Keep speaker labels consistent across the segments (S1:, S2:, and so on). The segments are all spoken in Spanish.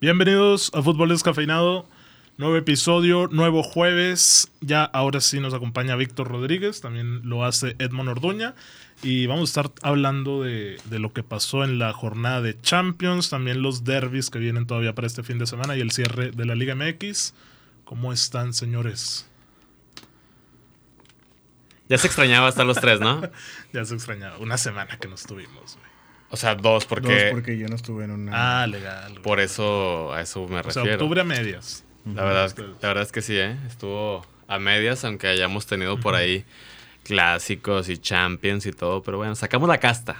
S1: Bienvenidos a Fútbol Descafeinado. Nuevo episodio, nuevo jueves. Ya ahora sí nos acompaña Víctor Rodríguez, también lo hace Edmond Orduña. Y vamos a estar hablando de, de lo que pasó en la jornada de Champions, también los derbis que vienen todavía para este fin de semana y el cierre de la Liga MX. ¿Cómo están, señores?
S2: Ya se extrañaba estar los tres, ¿no?
S1: Ya se extrañaba. Una semana que nos tuvimos, güey.
S2: O sea, dos, porque,
S3: Dos, porque yo no estuve en una.
S1: Ah, legal. güey.
S2: por eso a eso me
S1: o sea,
S2: refiero.
S1: octubre a medias.
S2: la, verdad, es que-
S1: ustedes.
S2: la verdad es que sí, ¿eh? Estuvo a medias, aunque hayamos tenido por ahí clásicos y champions y todo, pero bueno, sacamos la casta.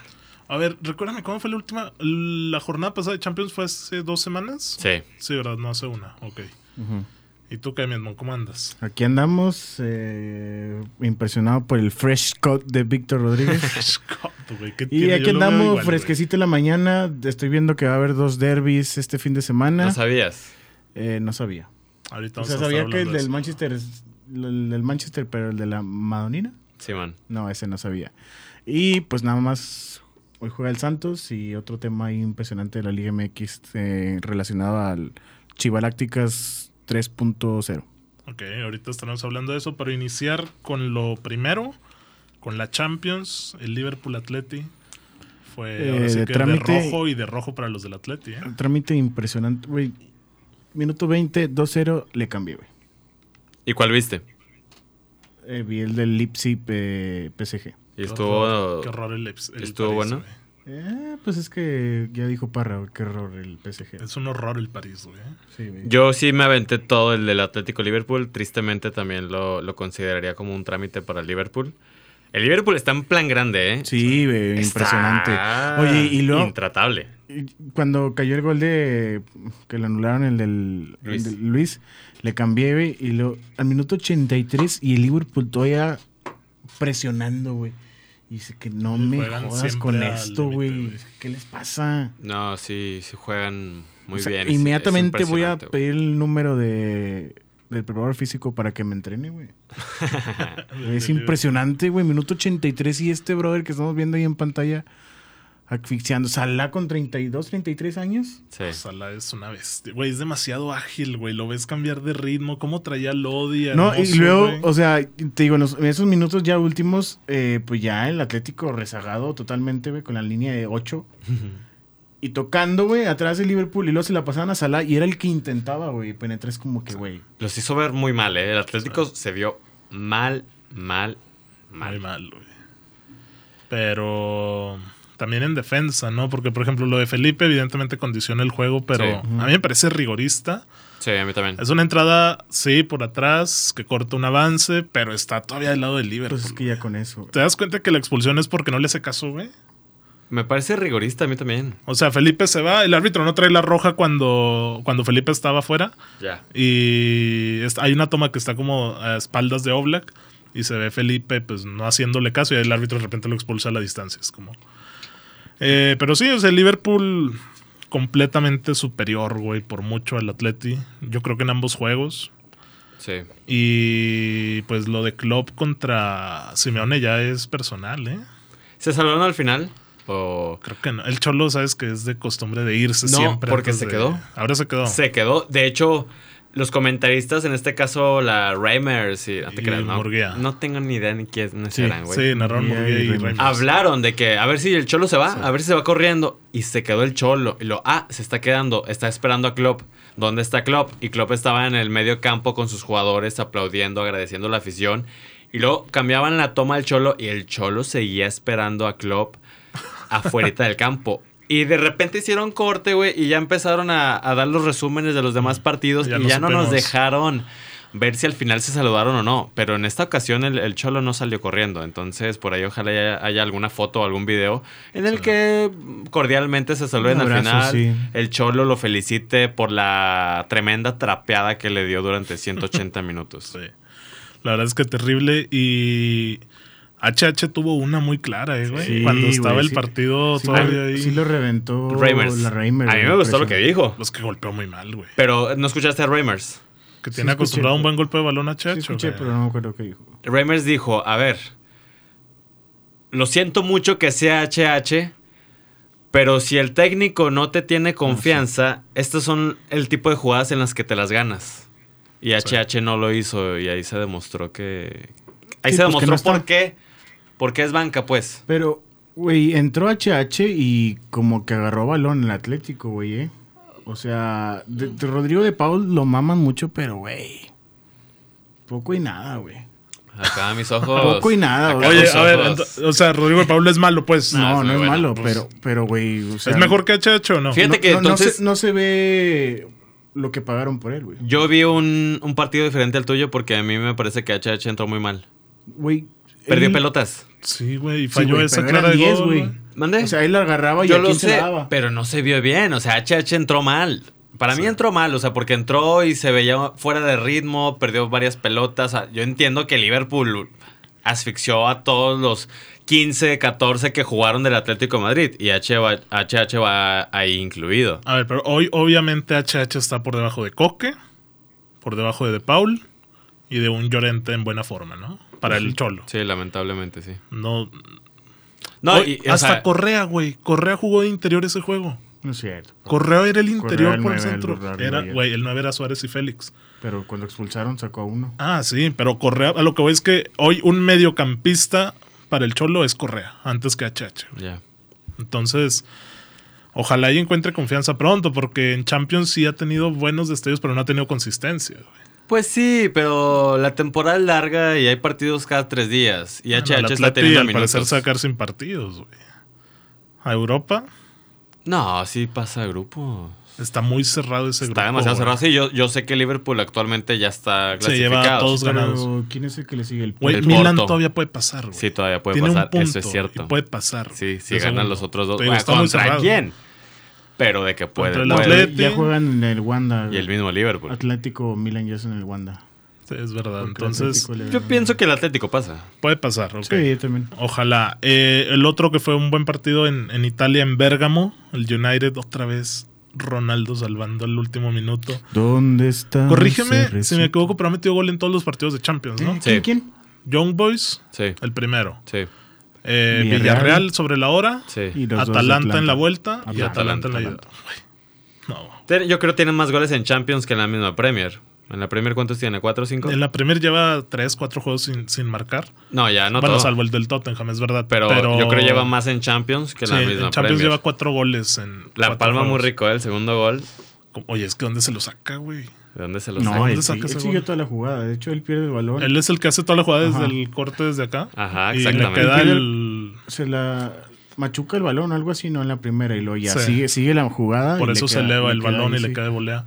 S1: A ver, recuérdame, ¿cuándo fue la última? La jornada pasada de Champions fue hace dos semanas.
S2: Sí.
S1: Sí, ¿verdad? No hace una. Ok.
S3: Ujú.
S1: ¿Y tú qué, mi Edmond? ¿Cómo andas?
S3: Aquí andamos eh, impresionado por el fresh cut de Víctor Rodríguez.
S1: Scott, güey, ¿qué
S3: y
S1: tiene?
S3: aquí
S1: Yo lo veo
S3: andamos
S1: igual, güey.
S3: fresquecito en la mañana. Estoy viendo que va a haber dos derbis este fin de semana.
S2: ¿No sabías?
S3: Eh, no sabía.
S1: Ahorita
S3: O
S1: vamos
S3: sea,
S1: a estar
S3: sabía que el
S1: hablando de
S3: del
S1: eso.
S3: Manchester, es- el del Manchester, pero el de la Madonina.
S2: Simón.
S3: No, ese no sabía. Y pues nada más, hoy juega el Santos y otro tema ahí impresionante de la Liga MX eh, relacionado al Chivalácticas 3.0.
S1: Ok, ahorita estaremos hablando de eso, pero iniciar con lo primero, con la Champions, el Liverpool Atleti. Fue ahora
S3: Eh,
S1: sí
S3: de
S1: que de
S3: trámite-
S1: rojo y de rojo para los del Atleti, ¿eh?
S3: Un Trámite impresionante, güey. Minuto 20, 2-0, le cambié, güey.
S2: ¿Y cuál viste?
S3: Eh, vi el del Leipzig eh,
S2: Y
S3: PSG.
S1: Qué horror-
S2: estuvo...
S1: Qué horror el, Leipz- el
S2: estuvo
S1: París,
S2: bueno.
S1: güey.
S3: Eh, pues es que ya dijo Parra, güey, qué error el PSG.
S1: Es un horror el París, güey. ¿eh?
S3: Sí, güey.
S2: Yo sí me aventé todo el del Atlético Liverpool. Tristemente también lo, lo consideraría como un trámite para el Liverpool. El Liverpool está en plan grande, ¿eh?
S3: Sí, güey,
S2: Está
S3: impresionante. Oye, y luego,
S2: Intratable.
S3: Y Cuando cayó el gol de que le anularon el del el
S2: Luis.
S3: del Luis, le cambié güey, y lo al minuto 83 y el Liverpool todavía presionando, güey. Y dice que no me
S1: Juegan
S3: jodas
S1: siempre
S3: con
S1: al
S3: esto,
S1: límite,
S3: güey.
S1: güey.
S3: ¿Qué les pasa?
S2: No, sí, sí juegan muy
S3: O sea,
S2: bien. es-
S3: Inmediatamente
S2: es
S3: voy a
S2: impresionante, güey.
S3: pedir el número de del preparador físico para que me entrene, güey. Es impresionante, güey. Minuto 83 y este brother que estamos viendo ahí en pantalla asfixiando. Salah con 32, 33 años.
S2: Sí.
S1: Salah es una bestia. Güey, es demasiado ágil, güey. Lo ves cambiar de ritmo. ¿Cómo traía Lodi?
S3: No, y
S1: Hermoso,
S3: luego,
S1: güey.
S3: o sea, te digo, en, los- en esos minutos ya últimos, eh, pues ya el Atlético rezagado totalmente, güey, con la línea de 8. Y tocando, güey, atrás de Liverpool y luego se la pasaban a Salah y era el que intentaba, güey, penetrar es como que, güey.
S2: Los hizo ver muy mal, ¿eh? El Atlético se vio mal, mal,
S1: Muy
S2: mal.
S1: mal, güey. Pero también en defensa, ¿no? Porque, por ejemplo, lo de Felipe evidentemente condiciona el juego, pero
S2: Sí.
S1: a mí me parece rigorista.
S2: Sí, a mí también.
S1: Es una entrada, sí, por atrás, que corta un avance, pero está todavía del lado del Liverpool.
S3: Entonces pues es que ya con eso.
S1: ¿Te das cuenta que la expulsión es porque no le hace caso, güey?
S2: Me parece rigorista a mí también.
S1: O sea, Felipe se va, el árbitro no trae la roja cuando, cuando Felipe estaba afuera.
S2: Ya.
S1: Y es- hay una toma que está como a espaldas de Oblak y se ve Felipe pues no haciéndole caso y el árbitro de repente lo expulsa a la distancia. Es como... Eh, pero sí, o sea, el Liverpool completamente superior, güey, por mucho al Atleti. Yo creo que en ambos juegos.
S2: Sí.
S1: Y pues lo de Klopp contra Simeone ya es personal, ¿eh?
S2: ¿Se salvaron al final? ¿O
S1: Creo que no. El Cholo, sabes que es de costumbre de irse
S2: No,
S1: siempre.
S2: porque
S1: antes
S2: se
S1: de-
S2: quedó.
S1: Ahora se quedó.
S2: se quedó? De hecho, los comentaristas, en este caso la Reimers y... No te
S1: Y
S2: creas, ¿no?
S1: Murguía.
S2: No tengo ni idea ni quiénes
S1: Sí,
S2: eran, güey.
S1: sí, narraron
S3: Y
S1: muy bien
S3: ahí
S1: y
S3: Reimers.
S1: Reimers.
S2: Hablaron de que a ver si el cholo se va, a ver si se va corriendo. Y se quedó el cholo. Y lo, ah, se está quedando, está esperando a Klopp. ¿Dónde está Klopp? Y Klopp estaba en el medio campo con sus jugadores aplaudiendo, agradeciendo a la afición. Y luego cambiaban la toma al cholo y el cholo seguía esperando a Klopp afuera del campo. Y de repente hicieron corte, güey, y ya empezaron a, a dar los resúmenes de los demás partidos
S1: Ya
S2: y
S1: no
S2: ya no nos
S1: supimos.
S2: dejaron. ver si al final se saludaron o no. Pero en esta ocasión el, el Cholo no salió corriendo. Entonces, por ahí ojalá haya, haya alguna foto o algún video en el que cordialmente se saluden
S3: Un
S2: al final.
S3: abrazo, sí.
S2: El Cholo lo felicite por la tremenda trapeada que le dio durante 180 minutos.
S1: Sí. La verdad es que terrible. Y HH tuvo una muy clara, eh, güey.
S3: Sí,
S1: Cuando estaba
S3: güey,
S1: el
S3: sí.
S1: partido
S3: Sí,
S1: todavía
S3: lo-
S1: ahí.
S3: sí lo reventó
S2: Reimers.
S3: Oh, la Reimers.
S2: a mí me
S3: güey,
S2: gustó lo que
S3: impresionante.
S2: dijo.
S1: Los pues, que golpeó muy mal, güey.
S2: Pero no escuchaste a Reimers.
S1: Que
S3: Sí,
S1: tiene acostumbrado
S3: escuché.
S1: un buen golpe de balón a
S3: Sí,
S1: Chacho.
S3: escuché,
S1: güey.
S3: pero no me acuerdo qué dijo.
S2: Reimers dijo, a ver, lo siento mucho que sea HH, pero si el técnico no te tiene confianza, estas son el tipo de jugadas en las que te las ganas. Y HH no lo hizo y ahí se demostró que... Ahí
S3: Sí,
S2: se
S3: pues, que
S2: demostró
S3: no está.
S2: por qué. Porque es banca, pues.
S3: Pero, güey, entró HH y como que agarró balón el Atlético, güey, ¿eh? O sea, de- de Rodrigo de Paul lo maman mucho, pero, güey. Poco y nada, güey.
S2: Acá mis ojos...
S3: Poco y nada,
S2: acá
S3: güey.
S1: Oye,
S2: los
S1: a ver,
S2: ojos.
S1: ento- o sea, Rodrigo de Pablo es malo, pues.
S2: Ah,
S3: No,
S2: es
S3: no
S2: muy
S3: es
S2: bueno,
S3: malo,
S1: pues.
S3: pero, pero, güey. o sea,
S1: ¿Es mejor que HH o no?
S2: Fíjate
S3: no-
S2: que
S3: no- no se-
S2: entonces-
S3: no se ve lo que pagaron por él, güey.
S2: Yo vi un, un partido diferente al tuyo porque a mí me parece que HH entró muy mal.
S3: Güey.
S2: Perdió
S3: él-
S2: pelotas.
S1: Sí, güey. Y
S3: sí,
S1: falló
S3: güey,
S1: esa
S3: pero
S1: clara
S3: eran
S1: de
S3: 10,
S1: gol,
S3: güey.
S1: güey.
S2: ¿Mande?
S3: O sea, él la agarraba y
S2: Yo
S3: a
S2: lo
S3: quién se
S2: sé,
S3: la daba.
S2: pero no se vio bien. O sea, HH entró mal. Para mí entró mal, o sea, porque entró y se veía fuera de ritmo, perdió varias pelotas. O sea, yo entiendo que Liverpool asfixió a todos los 15, 14 que jugaron del Atlético de Madrid y HH va, HH va ahí incluido.
S1: A ver, pero hoy obviamente HH está por debajo de Coque, por debajo de De Paul y de un Llorente en buena forma, ¿no? Para el Cholo.
S2: Sí, lamentablemente, sí.
S1: No,
S2: No,
S1: Hoy,
S2: y, o
S1: hasta
S2: sea,
S1: Correa, güey. Correa jugó de interior ese juego.
S3: No es cierto.
S1: Correa era el interior
S3: el
S1: por el
S3: nueve, el
S1: centro.
S3: lugar
S1: Era,
S3: nueve.
S1: güey, el 9 era Suárez y Félix.
S3: Pero cuando expulsaron sacó a uno.
S1: Ah, sí, pero Correa, a lo que voy es que hoy un mediocampista para el Cholo es Correa, antes que HH.
S2: ya.
S1: Entonces, ojalá y encuentre confianza pronto, porque en Champions sí ha tenido buenos destellos, pero no ha tenido consistencia. güey.
S2: Pues sí, pero la temporada es larga y hay partidos cada tres días. Y HH
S1: Bueno, el
S2: está
S1: Atleti,
S2: teniendo
S1: al
S2: minutos.
S1: parecer sacar sin partidos, güey. A Europa
S2: No, sí pasa grupo.
S1: está muy cerrado ese grupo.
S2: Está demasiado
S1: güey.
S2: cerrado. Sí, yo, yo sé que Liverpool actualmente ya está
S1: Se lleva a
S2: clasificado.
S1: todos
S3: Pero,
S1: ganados.
S3: ¿quién es el que le sigue el
S1: Güey,
S2: El
S1: Milan
S2: Porto.
S1: todavía puede pasar, güey.
S2: Sí, todavía puede
S1: Tiene
S2: pasar.
S1: un punto
S2: Eso es
S1: y
S2: cierto.
S1: puede pasar.
S2: Sí, sí,
S1: De
S2: ganan
S1: segundo.
S2: los otros dos.
S1: Te digo,
S2: Ah,
S1: está muy
S2: ¿Contra
S1: cerrado.
S2: quién? Pero de que puede.
S1: Contra el
S2: puede.
S1: Atleti.
S3: Ya juegan en el Wanda.
S2: Y el mismo Liverpool.
S3: Atlético Milan ya es en el Wanda.
S1: Sí, es verdad.
S3: Porque el
S1: Entonces,
S3: Atlético le
S2: Yo
S3: ganó.
S2: pienso que el Atlético pasa.
S1: puede pasar, ok.
S3: Sí, yo también.
S1: Ojalá. Eh, el otro que fue un buen partido en, en Italia, en Bérgamo, el United, otra vez Ronaldo salvando el último minuto.
S3: ¿Dónde está?
S1: Corrígeme si me equivoco, pero ha metido gol en todos los partidos de Champions, ¿no?
S2: Sí.
S3: ¿Quién? ¿Quién?
S1: Young Boys,
S2: Sí,
S1: el primero.
S2: sí,
S1: Eh,
S3: Villarreal.
S1: Villarreal sobre la hora.
S2: sí.
S3: Y los dos de
S1: Atalanta en la vuelta y
S3: Atalanta,
S1: Atalanta en la ida.
S3: Atalanta.
S1: No.
S2: Ten- Yo creo que tienen más goles en Champions que en la misma Premier. ¿En la Premier cuántos tiene? ¿Cuatro o cinco?
S1: En la primera lleva 3, 4 juegos sin, sin marcar.
S2: No, ya no
S1: bueno,
S2: todo.
S1: salvo el del Tottenham, es verdad.
S2: pero, yo creo que lleva más en Champions que en
S1: Sí,
S2: la
S1: en
S2: misma
S1: Champions
S2: Premier.
S1: lleva 4 goles en.
S2: La
S1: cuatro
S2: Palma muy
S1: juegos.
S2: rico, ¿eh? el segundo gol.
S1: Como- Oye, es que ¿dónde se lo saca, güey?
S2: ¿De dónde se lo
S3: No,
S2: saca?
S3: él,
S1: saca
S3: sí-
S1: ese
S3: él
S1: gol?
S3: siguió toda la jugada. De hecho, él pierde el balón.
S1: Él es el que hace toda la jugada
S3: Ajá.
S1: desde el corte desde acá.
S2: Ajá,
S1: y le
S2: Ah, exactamente.
S1: queda el.
S3: Se la machuca el balón, algo así, no en la primera. Y luego ya
S1: Sí.
S3: sigue, sigue la jugada.
S1: Por
S3: y le
S1: eso se
S3: queda-
S1: eleva
S3: le
S1: el
S3: queda
S1: balón
S3: ahí,
S1: y le
S3: sí.
S1: cae de volea.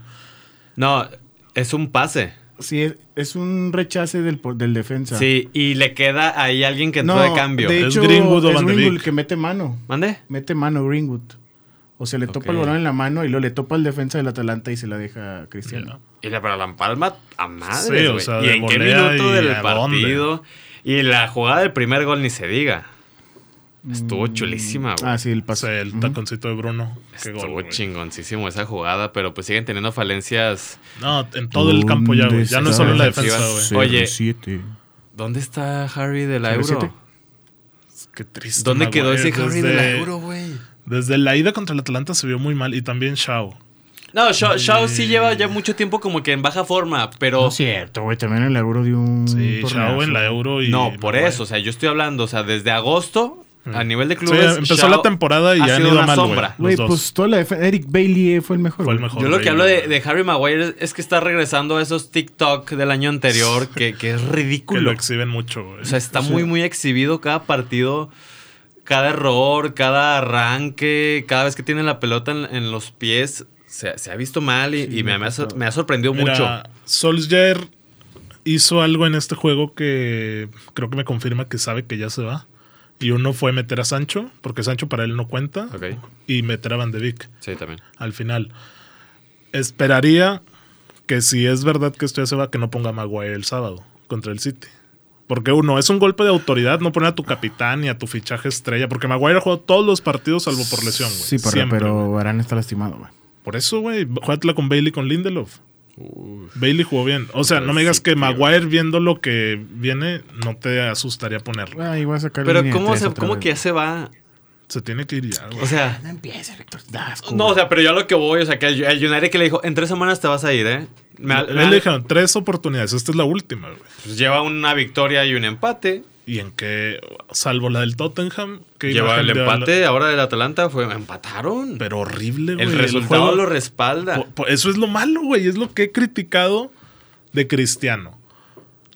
S2: No, es un pase.
S3: Sí, es, es un rechace del, po- del defensa.
S2: Sí, y le queda ahí alguien que entró de cambio.
S3: De
S1: Es
S3: hecho,
S1: Greenwood o
S3: es
S1: Van de
S3: Greenwood
S1: Beek.
S3: el que mete mano.
S2: ¿Mande?
S3: Mete mano Greenwood. O sea, le topa
S2: Ok.
S3: el balón en la mano y luego le topa el defensa del Atalanta y se la deja a Cristiano.
S2: Y la, pero la Palma a madre.
S1: Sí, o sea,
S2: ¿Y
S1: de
S2: en qué
S1: volea
S2: minuto
S1: y
S2: del
S1: a dónde.
S2: partido? Y la jugada del primer gol ni se diga.
S1: Mm,
S2: Estuvo chulísima, güey.
S3: Ah, sí, el
S1: O
S3: pase.
S1: sea, el
S3: Ujú.
S1: taconcito de Bruno. Qué
S2: Estuvo
S1: gol, güey.
S2: chingoncísimo esa jugada, pero pues siguen teniendo falencias.
S1: No, en todo el campo ya, güey. Ya no es solo en la defensa, güey.
S2: Oye.
S3: CR7.
S2: ¿Dónde está Harry de la
S3: ¿CR7?
S2: Euro?
S1: Qué triste.
S2: ¿Dónde
S1: ma,
S2: quedó
S1: güey.
S2: ese Harry de la
S1: Desde-
S2: Euro, güey?
S1: Desde la ida contra el Atalanta se vio muy mal. Y también Shao.
S2: No, Shaw, Shaw sí lleva ya mucho tiempo como que en baja forma, pero...
S3: No es cierto, Este güey. También el euro dio un.
S1: Sí, Shao
S3: torneazo.
S1: en la Euro. Y
S2: No, por
S1: Uruguay.
S2: eso, o sea, yo estoy hablando, o sea, desde agosto, a nivel de
S1: Sí,
S2: clubes...
S1: empezó
S2: Shaw
S1: la temporada y
S2: ha
S1: ya han
S2: sido
S1: ido
S2: una
S1: mal, güey.
S2: sombra.
S3: Güey,
S1: Los dos.
S3: pues toda la defensa. Eric Bailey eh, fue el mejor.
S1: Fue el
S3: güey.
S1: mejor.
S2: Yo lo
S1: Horrible.
S2: que hablo de, de Harry Maguire es que está regresando a esos TikTok del año anterior, que, que es
S1: Que lo
S2: ridículo.
S1: exhiben mucho, güey.
S2: O sea, está muy, muy exhibido cada partido, cada error, cada arranque, cada vez que tiene la pelota en, en los pies, se, se ha visto mal y, y me, me ha, sor- me ha sorprendido
S1: Mira, uh,
S2: mucho.
S1: Solskjaer hizo algo en este juego que creo que me confirma que sabe que ya se va. Y uno fue meter a Sancho, porque Sancho para él no cuenta.
S2: Ok.
S1: Y meter a Van de Beek
S2: Sí, también.
S1: al final. Esperaría que si es verdad que esto ya se va, que no ponga a Maguire el sábado contra el City. Porque uno, es un golpe de autoridad no poner a tu capitán ni a tu fichaje estrella. Porque Maguire ha jugado todos los partidos salvo por lesión, güey.
S3: Sí, pero,
S1: Siempre, güey.
S3: pero Arán está lastimado, güey.
S1: Por eso, güey, jugátela con Bailey, con Lindelof. Bailey jugó bien. O sea, no me digas
S2: Sí,
S1: que
S2: tío.
S1: Maguire viendo lo que viene, no te asustaría ponerlo.
S3: Ahí voy a sacar
S2: Pero
S3: línea de
S2: ¿cómo,
S3: tres
S2: se-
S3: otra
S2: ¿cómo
S3: vez.
S2: que ya se va?
S1: Se tiene que ir ya, güey.
S2: O sea,
S3: No empieza, Víctor. da asco,
S2: no,
S3: güey.
S2: o sea, pero yo a lo que voy, o sea, que el el United que le dijo, en tres semanas te vas a ir, ¿eh? Me, ha- me
S1: Le
S2: ha-
S1: dejaron tres oportunidades. Esta es la última, güey.
S2: pues, lleva una victoria y un empate.
S1: Y en que, salvo la del Tottenham, que
S2: Lleva el
S1: imagen de-
S2: empate ahora del Atalanta, fue, empataron.
S1: Pero horrible, güey.
S2: el resultado
S1: juego-
S2: lo respalda.
S1: Po- po- Eso es lo malo, güey. Es lo que he criticado de Cristiano.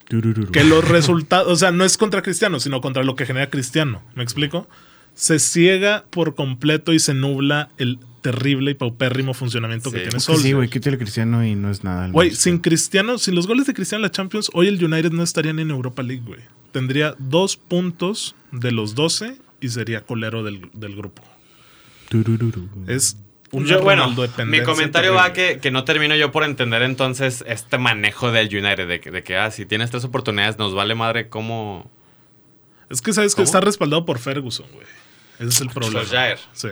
S3: Turururu.
S1: Que los resultados, o sea, no es contra Cristiano, sino contra lo que genera Cristiano. ¿Me explico? Se ciega por completo y se nubla el terrible y paupérrimo funcionamiento que
S2: Sí.
S1: tiene Sol.
S3: Sí, güey, quítale Cristiano y no es nada. el
S1: Güey,
S3: Manchester.
S1: sin Cristiano, sin los goles de Cristiano en la Champions, hoy el United no estaría ni en Europa League, güey. Tendría dos puntos de los 12 y sería colero del, del grupo.
S3: Turururu.
S1: Es un
S2: Yo, bueno,
S1: Ronaldo
S2: mi
S1: dependencia
S2: comentario va
S1: terrible.
S2: que, que no termino yo por entender entonces este manejo del United, de, que- de que, ah, si tienes tres oportunidades, nos vale madre cómo...
S1: Es que sabes que
S2: ¿Cómo? Pues
S1: está respaldado por Ferguson, güey. Ese es el problema.
S2: Solskjaer.
S1: Sí.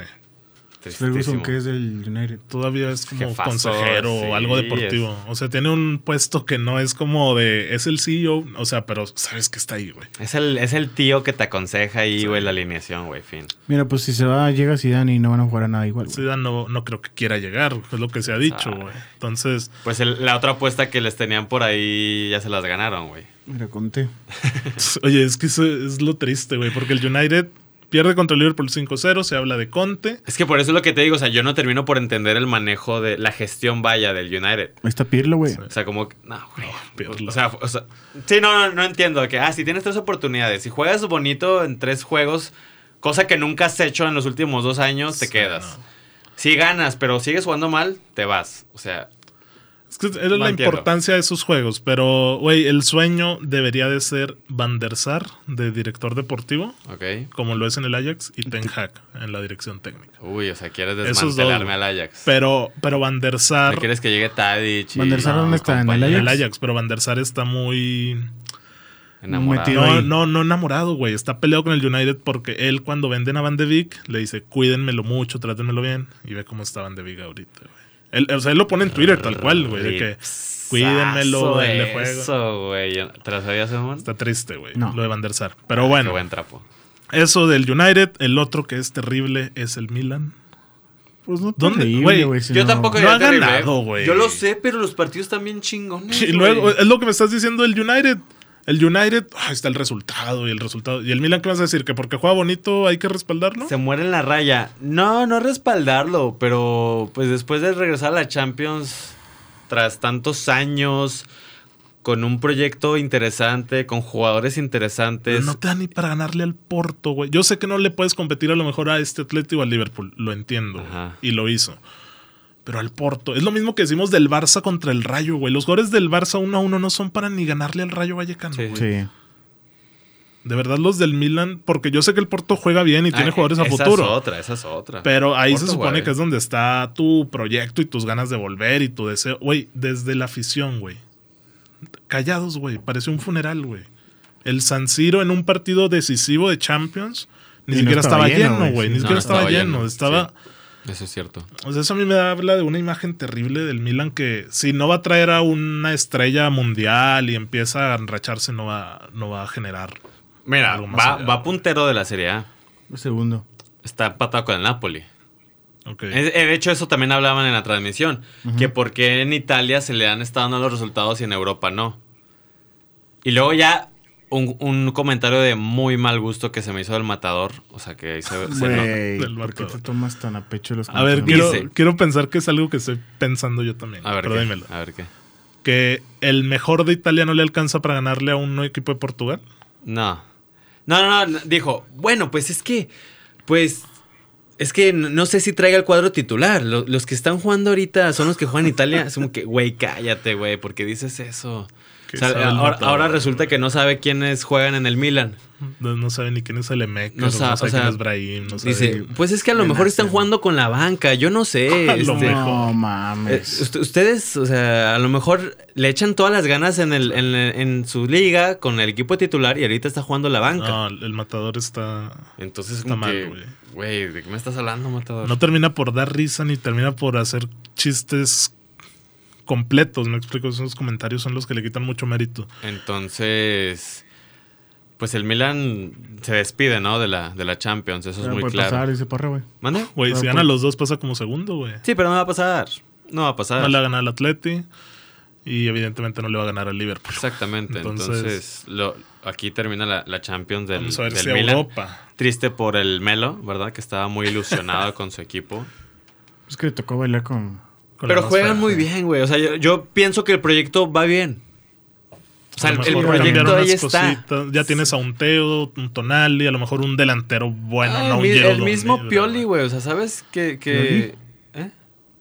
S3: Ferguson,
S2: Tristísimo.
S3: que es del United.
S1: Todavía es como
S2: Jefazo,
S1: consejero
S2: sí,
S1: o algo deportivo. O sea, tiene un puesto que no es como de. Es el CEO, o sea, pero sabes que está ahí, güey.
S2: Es el, es el tío que te aconseja ahí, güey, la alineación, güey, fin.
S3: Mira, pues si se va, llega Zidane y no van a jugar a nada igual. güey.
S1: Zidane no, no creo que quiera llegar, es lo que se ha dicho,
S2: Ah.
S1: güey. Entonces,
S2: Pues el- la otra apuesta que les tenían por ahí ya se las ganaron, güey.
S3: Mira, conté.
S1: oye, es que eso es lo triste, güey, porque el United pierde contra el Liverpool 5-0, se habla de Conte.
S2: Es que por eso es lo que te digo, o sea, yo no termino por entender el manejo de la gestión vaya del United.
S3: Ahí está Pirlo, güey.
S2: O sea, como que- No, güey.
S1: Pirlo.
S2: O sea, o sea, sí, no, no, no entiendo. Que, ah, si tienes tres oportunidades, si juegas bonito en tres juegos, cosa que nunca has hecho en los últimos dos años, te
S1: Sí,
S2: quedas.
S1: no.
S2: Si ganas, pero sigues jugando mal, te vas. O sea,
S1: Es que era
S2: No
S1: la
S2: entiendo.
S1: importancia de esos juegos, pero, güey, el sueño debería de ser Van der Sar, de director deportivo.
S2: ok.
S1: como lo es en el Ajax, y Ten Hag en la dirección técnica.
S2: Uy, o sea, quieres
S1: Esos dos, güey.
S2: desmantelarme al Ajax.
S1: Pero, pero Van der
S2: No
S1: Sar.
S2: quieres que llegue Tadic. y-
S3: Van der Sar,
S2: no,
S3: ¿dónde está? ¿En el
S2: compañero,
S1: En el
S3: Ajax?
S1: Ajax, pero Van der Sar está muy.
S2: Enamorado.
S3: Metido.
S1: No,
S3: ahí.
S1: no, no enamorado, güey. Está peleado con el United porque él, cuando venden a Van de Beek, le dice: cuídenmelo mucho, trátenmelo bien. Y ve cómo está Van de Beek ahorita, güey. Él- o sea, él lo pone en Twitter tal cual, güey. De que cuídenmelo,
S2: Sazo
S1: denle juego.
S2: Eso, güey. ¿Te la sabías, Simón?
S1: Está triste, güey.
S3: No.
S1: Lo de Van der Sar. Pero
S2: Ah, Qué
S1: bueno,
S2: buen trapo.
S1: eso del United. El otro que es terrible es el Milan.
S3: Pues no
S1: ¿Dónde?
S3: terrible,
S1: Güey,
S3: si
S2: Yo
S3: no-
S2: tampoco
S1: no
S2: diría
S1: ha
S2: terrible,
S1: ganado,
S2: ¿eh?
S1: güey.
S2: Yo lo sé, pero los partidos también chingones.
S1: Y luego, eh,
S2: güey.
S1: es lo que me estás diciendo del United. El United, ah, está el resultado y el resultado. ¿Y el Milan qué vas a decir? ¿Que porque juega bonito hay que respaldarlo?
S2: se muere en la raya. No, no respaldarlo, pero pues después de regresar a la Champions tras tantos años con un proyecto interesante, con jugadores interesantes.
S1: No te da ni para ganarle al Porto, güey. Yo sé que no le puedes competir a lo mejor a este Atlético o al Liverpool. Lo entiendo. güey.
S2: Ajá.
S1: Y lo hizo. Pero al Porto. Es lo mismo que decimos del Barça contra el Rayo, güey. Los goles del Barça uno a uno no son para ni ganarle al Rayo Vallecano,
S2: Sí.
S1: güey.
S3: Sí.
S1: De verdad, los del Milan, porque yo sé que el Porto juega bien y tiene
S2: Ah,
S1: jugadores a
S2: Esa
S1: futuro.
S2: es otra, esa es otra.
S1: Pero ahí
S2: Porto
S1: se supone
S2: juega
S1: que es donde está tu proyecto y tus ganas de volver y tu deseo. Güey, desde la afición, güey. Callados, güey. Pareció un funeral, güey. El San Siro en un partido decisivo de Champions. Ni
S3: Y no
S1: siquiera estaba,
S3: estaba lleno,
S1: lleno,
S3: güey.
S1: güey. Ni
S3: No,
S1: siquiera
S2: no
S1: estaba,
S2: estaba
S1: lleno.
S2: lleno,
S1: Estaba.
S2: Eso es cierto.
S1: O sea, eso a mí me habla de una imagen terrible del Milan que si no va a traer a una estrella mundial y empieza a enracharse, no va, no va a generar.
S2: Mira,
S1: Algo más
S2: va,
S1: allá.
S2: va puntero de la Serie A.
S3: Un segundo.
S2: Está empatado con el Napoli.
S1: Ok.
S2: Es- eh, De hecho, eso también hablaban en la transmisión. Que por qué en Italia se le han estado dando los resultados y en Europa no. Y luego ya un, un comentario de muy mal gusto que se me hizo del matador. O sea, que ahí se, se nota.
S3: Güey,
S1: Del
S3: ¿por qué
S1: marcador.
S3: te tomas tan a pecho los
S1: A ver,
S3: comentarios?
S1: quiero,
S2: Dice-
S1: quiero pensar que es algo que estoy pensando yo también.
S2: A ver,
S1: pero
S2: qué,
S1: dímelo.
S2: a ver qué.
S1: que el mejor de Italia no le alcanza para ganarle a un equipo de Portugal.
S2: No. No, no, no. Dijo, bueno, pues es que. Pues. Es que no no sé si traiga el cuadro titular. Lo- los que están jugando ahorita son los que juegan en Italia. Es como que, güey, cállate, güey, porque dices eso.
S1: Que
S2: O sea,
S1: sabe el
S2: ahora,
S1: matador.
S2: ahora resulta que no sabe quiénes juegan en el Milan.
S1: No, no sabe ni quién es el Emek,
S2: No
S1: no, sabe,
S2: sabe, o sea,
S1: quién es Brahim, no sabe.
S2: Dice, pues es que a lo
S3: me
S2: mejor
S3: nace,
S2: están
S3: ¿no?
S2: jugando con la banca, yo no sé.
S1: A lo
S2: este,
S1: mejor.
S3: No
S2: eh,
S3: mames.
S2: ust- ustedes, o sea, a lo mejor le echan todas las ganas en, el, en, en su liga con el equipo titular y ahorita está jugando la banca.
S1: no, el matador está.
S2: Entonces,
S1: Está
S2: como
S1: mal,
S2: que,
S1: güey.
S2: güey, ¿de qué me estás hablando, matador?
S1: No termina por dar risa ni termina por hacer chistes completos. Me explico, esos comentarios son los que le quitan mucho mérito.
S2: Entonces, pues el Milan se despide, ¿no? De la, de la Champions, eso es
S3: Ya
S2: muy
S3: puede
S2: claro.
S3: pasar, dice Parra, güey.
S2: ¿Mande?
S1: Ah, Güey,
S3: Pero
S1: si gana
S3: por-
S1: los dos, pasa como segundo, güey.
S2: Sí, pero no va a pasar. No va a pasar.
S1: No le va a ganar al Atleti y evidentemente no le va a ganar al Liverpool.
S2: Exactamente. Entonces,
S1: Entonces-
S2: lo- aquí termina la, la Champions del,
S1: Vamos a ver
S2: del
S1: si
S2: Milan.
S1: Europa.
S2: Triste por el Melo, ¿verdad? Que estaba muy ilusionado con su equipo.
S3: Es que le tocó bailar con.
S1: con la
S2: Pero
S1: más
S2: juegan
S1: fea.
S2: muy bien, güey. O sea, yo, yo pienso que el proyecto va bien. O sea,
S1: A
S2: el,
S1: lo
S2: el
S1: mejor cambiaron
S2: proyecto ahí
S1: unas
S2: está.
S1: cositas. Ya tienes a un Teo, un Tonali, a lo mejor un delantero bueno,
S2: Ah,
S1: no un
S2: el, mi-
S1: Gerald
S2: el
S1: O'Neill,
S2: mismo
S1: ¿verdad?
S2: Pioli, güey. O sea, ¿sabes que, que- ¿eh?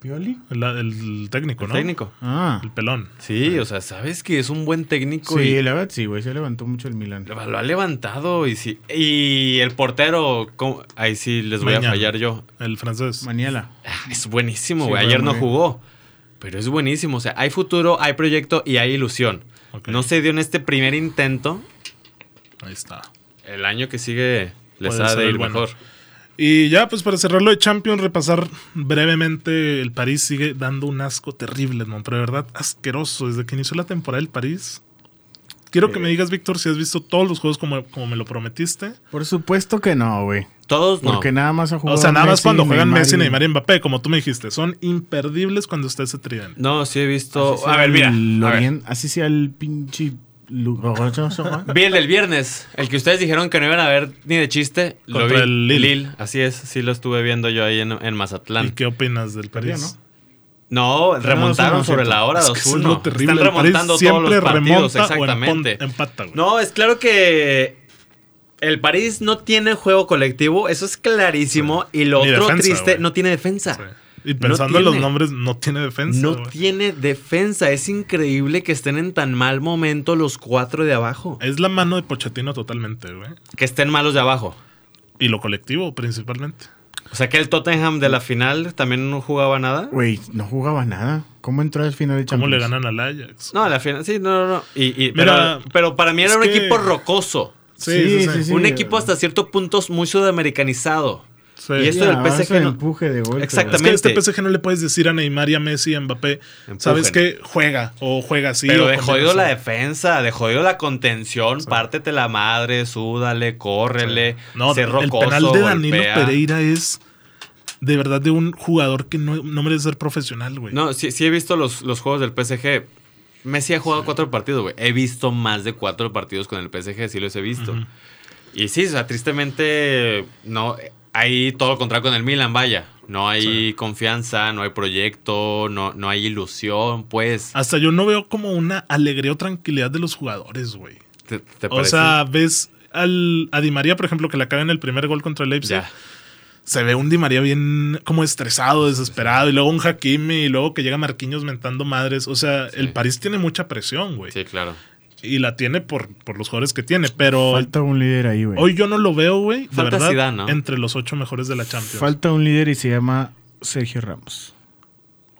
S3: ¿Pioli?
S1: La- el técnico,
S2: El
S1: ¿no?
S2: técnico?
S3: Ah.
S1: El pelón.
S2: Sí, o sea, ¿sabes que es un buen técnico? y-
S3: Sí, la verdad sí, güey. Se levantó mucho el Milan.
S2: Lo, lo ha levantado y sí. Y el portero, ¿cómo? ahí sí les voy a
S1: Mañana.
S2: fallar yo.
S1: El francés.
S3: Maniela.
S2: Ah, Es buenísimo,
S3: Sí,
S2: güey.
S3: juega
S2: Ayer no
S3: muy bien.
S2: jugó. Pero es buenísimo. O sea, hay futuro, hay proyecto y hay ilusión.
S1: Ok.
S2: No se dio en este primer intento.
S1: Ahí está.
S2: El año que sigue les
S1: Puede
S2: ha
S1: ser
S2: de
S1: el
S2: ir
S1: bueno.
S2: mejor.
S1: Y ya, pues para cerrarlo de Champions, repasar brevemente, el París sigue dando un asco terrible, Edmond, pero de verdad asqueroso. Desde que inició la temporada el París. Quiero
S2: Eh.
S1: que me digas, Víctor, si has visto todos los juegos como, como me lo prometiste.
S3: Por supuesto que no, güey.
S2: Todos no.
S3: Porque nada más ha
S1: O
S3: jugado.
S1: sea, nada más
S3: Messi,
S1: cuando juegan
S3: Neymar
S1: Messi,
S3: y-
S1: Neymar y Mbappé, como tú me dijiste. Son imperdibles cuando está ese tridente.
S2: No, sí he visto.
S3: Así sea
S2: A ver, mira.
S3: el
S2: a ver.
S3: Orien- Así sea el pinche. Lu-
S2: Vi el del viernes, el que ustedes dijeron que no iban a ver ni de chiste. Lo
S1: Contra
S2: vi.
S1: el Lille.
S2: Así es, sí lo estuve viendo yo ahí en, en
S1: ¿Y
S2: Mazatlán.
S1: qué Ah, opinas del París?
S3: ¿no?
S2: No, remontaron
S3: dos uno,
S2: sobre
S3: ¿cierto?
S2: la hora
S1: Es que eso es
S2: 2-1.
S1: lo terrible. el
S2: Están
S1: París
S2: remontando todos
S1: siempre
S2: los partidos,
S1: remonta o
S2: exactamente.
S1: empon- empata, güey.
S2: No, es claro que el París no tiene juego colectivo, eso es clarísimo. Y lo
S1: Ni
S2: otro
S1: defensa,
S2: triste,
S1: güey.
S2: no tiene defensa.
S1: Sí. Y pensando en los
S2: tiene.
S1: nombres, no tiene defensa.
S2: No
S1: güey.
S2: tiene defensa. Es increíble que estén en tan mal momento los cuatro de abajo.
S1: Es la mano de Pochettino totalmente, güey.
S2: Que estén malos de abajo.
S1: Y lo colectivo, principalmente.
S2: O sea que el Tottenham de la final también no jugaba nada.
S3: Güey, no jugaba nada. ¿Cómo entró al final de
S1: ¿Cómo
S3: Champions?
S1: le ganan al Ajax?
S2: No, la final, sí, no, no, no. Y, y-
S1: Mira,
S2: pero, pero para mí era
S1: es
S2: un
S1: que-
S2: equipo rocoso.
S3: Sí, sí, sí.
S2: un equipo hasta cierto punto muy sudamericanizado.
S1: Sí.
S2: y esto
S3: Ya,
S2: del
S3: avanza
S2: PSG
S3: el
S2: no-
S3: empuje de golpe.
S1: Es
S2: Exactamente.
S1: que a este PSG no le puedes decir a Neymar y a Messi y a Mbappé,
S2: Empujen.
S1: ¿sabes qué? Juega o juega así.
S2: pero
S1: o
S2: de
S1: con
S2: jodido la
S1: defensa.
S2: defensa, de jodido la contención, pártete la madre, súdale, córrele,
S1: No,
S2: sé
S1: el
S2: rocoso,
S1: penal de Danilo
S2: golpea.
S1: Pereira es de verdad de un jugador que no, no merece ser profesional, güey.
S2: No, sí, sí he visto los, los juegos del PSG. Messi ha jugado cuatro partidos, güey. He visto más de cuatro partidos con el PSG, sí los he visto. Y sí, o sea, tristemente, no, hay todo lo contrario con el Milan, vaya. No hay confianza, no hay proyecto, no, no hay ilusión, pues.
S1: Hasta yo no veo como una alegría o tranquilidad de los jugadores, güey.
S2: ¿Te, te
S1: O
S2: parece?
S1: sea, ves al, a Di María, por ejemplo, que le acaba en el primer gol contra el Leipzig.
S2: ya.
S1: se ve un Di María bien como estresado, desesperado, y luego un Hakimi, y luego que llega Marquinhos mentando madres. O sea, el París tiene mucha presión, güey.
S2: Sí, claro.
S1: Y la tiene por, por los jugadores que tiene, pero
S3: Falta un líder ahí, güey.
S1: hoy yo no lo veo, güey, de
S2: Falta
S1: verdad,
S2: Zidane, ¿no?
S1: entre los ocho mejores de la Champions.
S3: Falta un líder y se llama Sergio Ramos.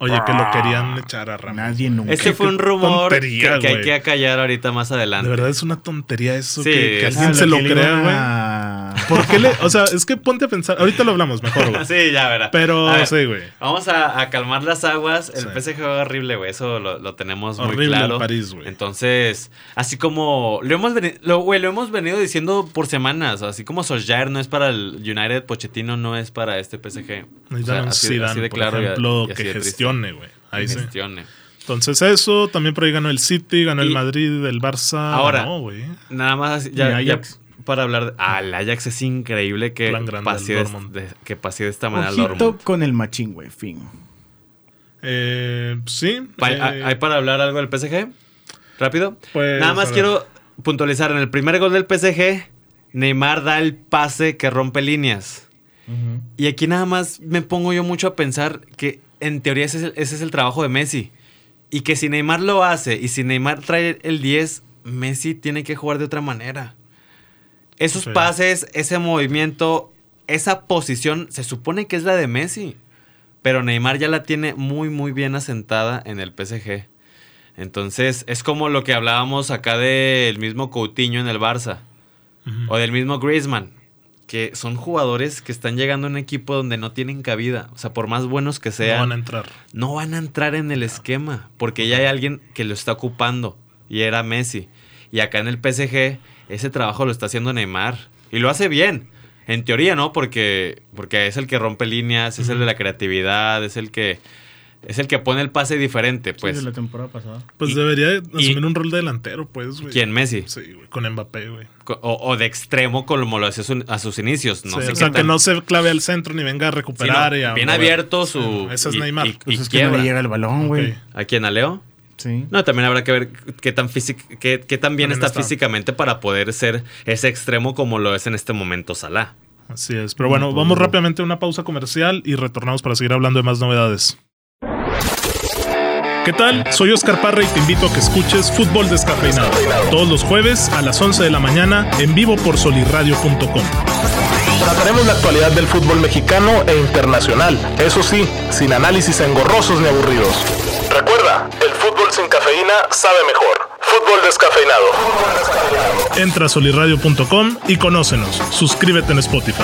S1: Oye, que
S2: Ah.
S1: lo querían echar a Ramos.
S3: Nadie nunca.
S2: Este
S1: Qué-
S2: fue un
S1: qué
S2: rumor
S1: tontería,
S2: que, que hay
S1: güey.
S2: que acallar ahorita más
S1: De
S2: adelante.
S1: verdad es una tontería eso,
S2: Sí,
S1: que, que
S2: es-
S1: alguien se lo crea,
S3: crea,
S1: güey. ¿Por qué le...? O sea, es que ponte a pensar... Ahorita lo hablamos mejor, güey.
S2: sí, ya verá.
S1: Pero
S2: A ver,
S1: sí, güey.
S2: Vamos a, a calmar las aguas. El
S1: Sí.
S2: PSG juega horrible, güey. Eso lo, lo tenemos muy
S1: Horrible
S2: claro.
S1: el París, güey.
S2: Entonces, así como lo hemos venido, lo, güey, lo hemos venido diciendo por semanas. Así como Solskjaer no es para el United, Pochettino no es para este PSG. O
S1: Necesitan
S2: sea,
S1: un
S2: así-
S1: Zidane,
S2: así de
S1: por
S2: claro y a-
S1: ejemplo,
S2: y así
S1: que
S2: de triste.
S1: gestione, güey. Ahí sí.
S2: Gestione.
S1: Entonces eso, también por ahí ganó el City, ganó
S2: Y-
S1: el Madrid, el Barça.
S2: Ahora,
S1: ganó, güey.
S2: Nada más así-
S3: ¿Y
S2: ya,
S3: Ajax?
S2: ya para hablar. Al Ajax es increíble que
S1: Plan grande
S2: pase
S1: al
S2: de, este,
S1: Dortmund.
S2: de- que pase de esta manera al
S3: Ojito
S2: Dortmund.
S3: con el machín, güey. Fin.
S1: Eh, sí.
S2: Pa-
S1: eh,
S2: ¿Hay para hablar algo del PSG? Rápido.
S1: Pues,
S2: Nada más
S1: a ver.
S2: quiero puntualizar. En el primer gol del PSG, Neymar da el pase que rompe líneas. Y aquí nada más me pongo yo mucho a pensar que en teoría ese es el, ese es el trabajo de Messi. Y que si Neymar lo hace y si Neymar trae el 10, Messi tiene que jugar de otra manera. Esos
S1: Sí.
S2: pases, ese movimiento, esa posición, se supone que es la de Messi. Pero Neymar ya la tiene muy, muy bien asentada en el PSG. Entonces, es como lo que hablábamos acá del mismo Coutinho en el Barça.
S1: Ujú.
S2: O del mismo Griezmann. Que son jugadores que están llegando a un equipo donde no tienen cabida. O sea, por más buenos que
S1: No
S2: sean
S1: van a entrar.
S2: no van a entrar en el esquema porque ya hay alguien que lo está ocupando y era Messi. Y acá en el PSG ese trabajo lo está haciendo Neymar y lo hace bien. En teoría, ¿no? Porque porque es el que rompe líneas, es el de la creatividad, es el que es el que pone el pase diferente,
S3: pues.
S2: pues.
S3: la temporada pasada.
S1: Pues
S2: Y-
S1: debería asumir
S2: y-
S1: un rol de delantero, pues, güey.
S2: ¿Quién Messi?
S1: Sí, güey, con Mbappé, güey.
S2: Co- O, o de extremo como lo hacía su- a sus inicios,
S1: Sí,
S2: no sé
S1: o
S2: qué
S1: sea, que
S2: tan-
S1: no se clave al centro ni venga a
S2: Sí, no,
S1: recuperar. y a
S2: bien
S1: mover.
S2: abierto su
S1: Sí, no, ese es
S2: y-
S1: Neymar.
S2: y-
S3: Pues
S2: y
S3: es que no
S2: quiebra.
S3: le llega el balón, güey.
S1: Ok.
S2: ¿A quién a Leo?
S3: Sí.
S2: No, también habrá que ver qué tan, físic- qué, qué tan bien
S1: También
S2: está,
S1: está.
S2: físicamente para poder ser ese extremo como lo es en este momento Salah.
S1: Así es. Pero bueno, vamos rápidamente a una pausa comercial y retornamos para seguir hablando de más novedades. ¿Qué tal? Soy Oscar Parra y te invito a que escuches Fútbol Descafeinado. Todos los jueves a las 11 de la mañana en vivo por solirradio.com.
S4: Trataremos la actualidad del fútbol mexicano e internacional, eso sí, sin análisis engorrosos ni aburridos. Recuerda, el fútbol sin cafeína sabe mejor. Fútbol descafeinado.
S1: Entra a solirradio.com y conócenos. Suscríbete en Spotify.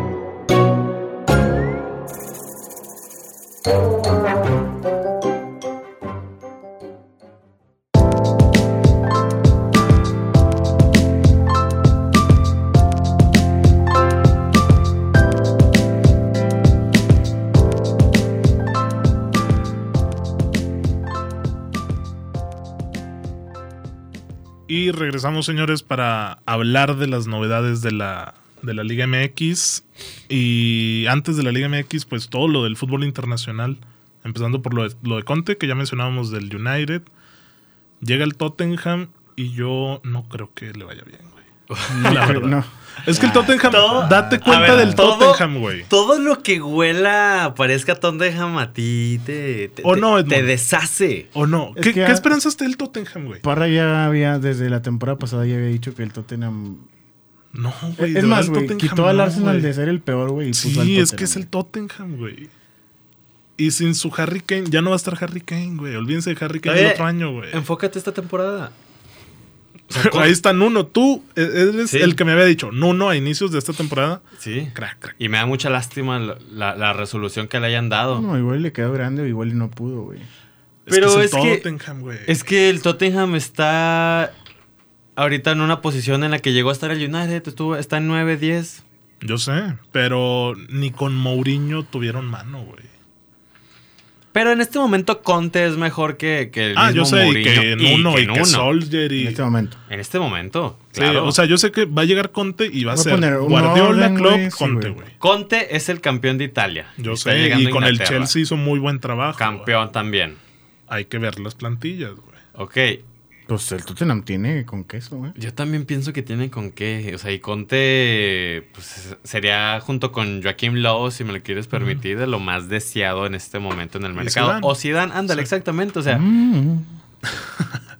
S1: Y regresamos, señores, para hablar de las novedades de la, de la Liga MX. Y antes de la Liga MX, pues todo lo del fútbol internacional. Empezando por lo de, lo de Conte, que ya mencionábamos del United. Llega el Tottenham y yo no creo que le vaya bien, güey. La verdad.
S3: No.
S1: Es
S3: Ah,
S1: que el Tottenham,
S2: Todo-
S1: date cuenta
S2: a ver,
S1: del
S2: todo-
S1: Tottenham, güey.
S2: Todo lo que huela parezca Tottenham a ti te, te-
S1: O Oh, no,
S2: te-
S1: Edmond.
S2: te deshace.
S1: ¿O no?
S3: Es
S1: ¿Qué,
S3: que
S1: qué
S3: ya-
S1: esperanzas te da el Tottenham, güey?
S3: Parra ya había, desde la temporada pasada, ya había dicho que el Tottenham.
S1: No, güey. de
S3: es
S1: verdad,
S3: más,
S1: el
S3: güey,
S1: Tottenham
S3: quitó al
S1: no,
S3: Arsenal
S1: güey.
S3: de ser el peor, güey. y puso al
S1: Sí, es que
S3: Tottenham,
S1: es el
S3: güey.
S1: Tottenham, güey. Y sin su Harry Kane, ya no va a estar Harry Kane, güey. Olvídense de Harry Kane
S2: Oye,
S1: el otro año, güey.
S2: Enfócate esta temporada.
S1: Ahí está Nuno. Tú e- eres
S2: Sí.
S1: el que me había dicho. Nuno a inicios de esta temporada.
S2: Sí.
S1: Crack, crack.
S2: Y me da mucha lástima la, la- la resolución que le hayan dado.
S3: No, igual le quedó grande, igual y no pudo, güey.
S2: Pero
S1: el
S2: es que-
S1: Tottenham, güey.
S2: Es que el Tottenham está ahorita en una posición en la que llegó a estar el United. estuvo- está en 9, 10.
S1: Yo sé, pero ni con Mourinho tuvieron mano, güey.
S2: Pero en este momento Conte es mejor que, que el
S1: Ah,
S2: mismo
S1: yo sé, y que
S2: Mourinho
S1: Nuno, y que,
S2: Nuno.
S1: Soldier, y...
S3: En este momento.
S2: En este momento,
S1: Sí,
S2: claro.
S1: o sea, yo sé que va a llegar Conte y va a
S3: Voy a
S1: ser
S3: poner un
S1: Guardiola,
S3: orden,
S1: Klopp,
S3: güey, sí,
S1: Conte,
S3: güey.
S1: güey.
S2: Conte es el campeón de Italia.
S1: Yo
S2: Está
S1: sé,
S2: llegando
S1: y
S2: a
S1: con el
S2: Inglaterra.
S1: Chelsea hizo muy buen trabajo. güey.
S2: Campeón también.
S1: Hay que ver las plantillas, güey.
S2: Ok.
S3: Pues el Tottenham tiene con queso, ¿eh? güey.
S2: Yo también pienso que tiene con qué. O sea, y Conte pues, sería junto con Joaquim Lowe, si me lo quieres permitir, de lo más deseado en este momento en el mercado.
S1: Zidane.
S2: O Zidane, ándale,
S1: Sí.
S2: exactamente. O sea,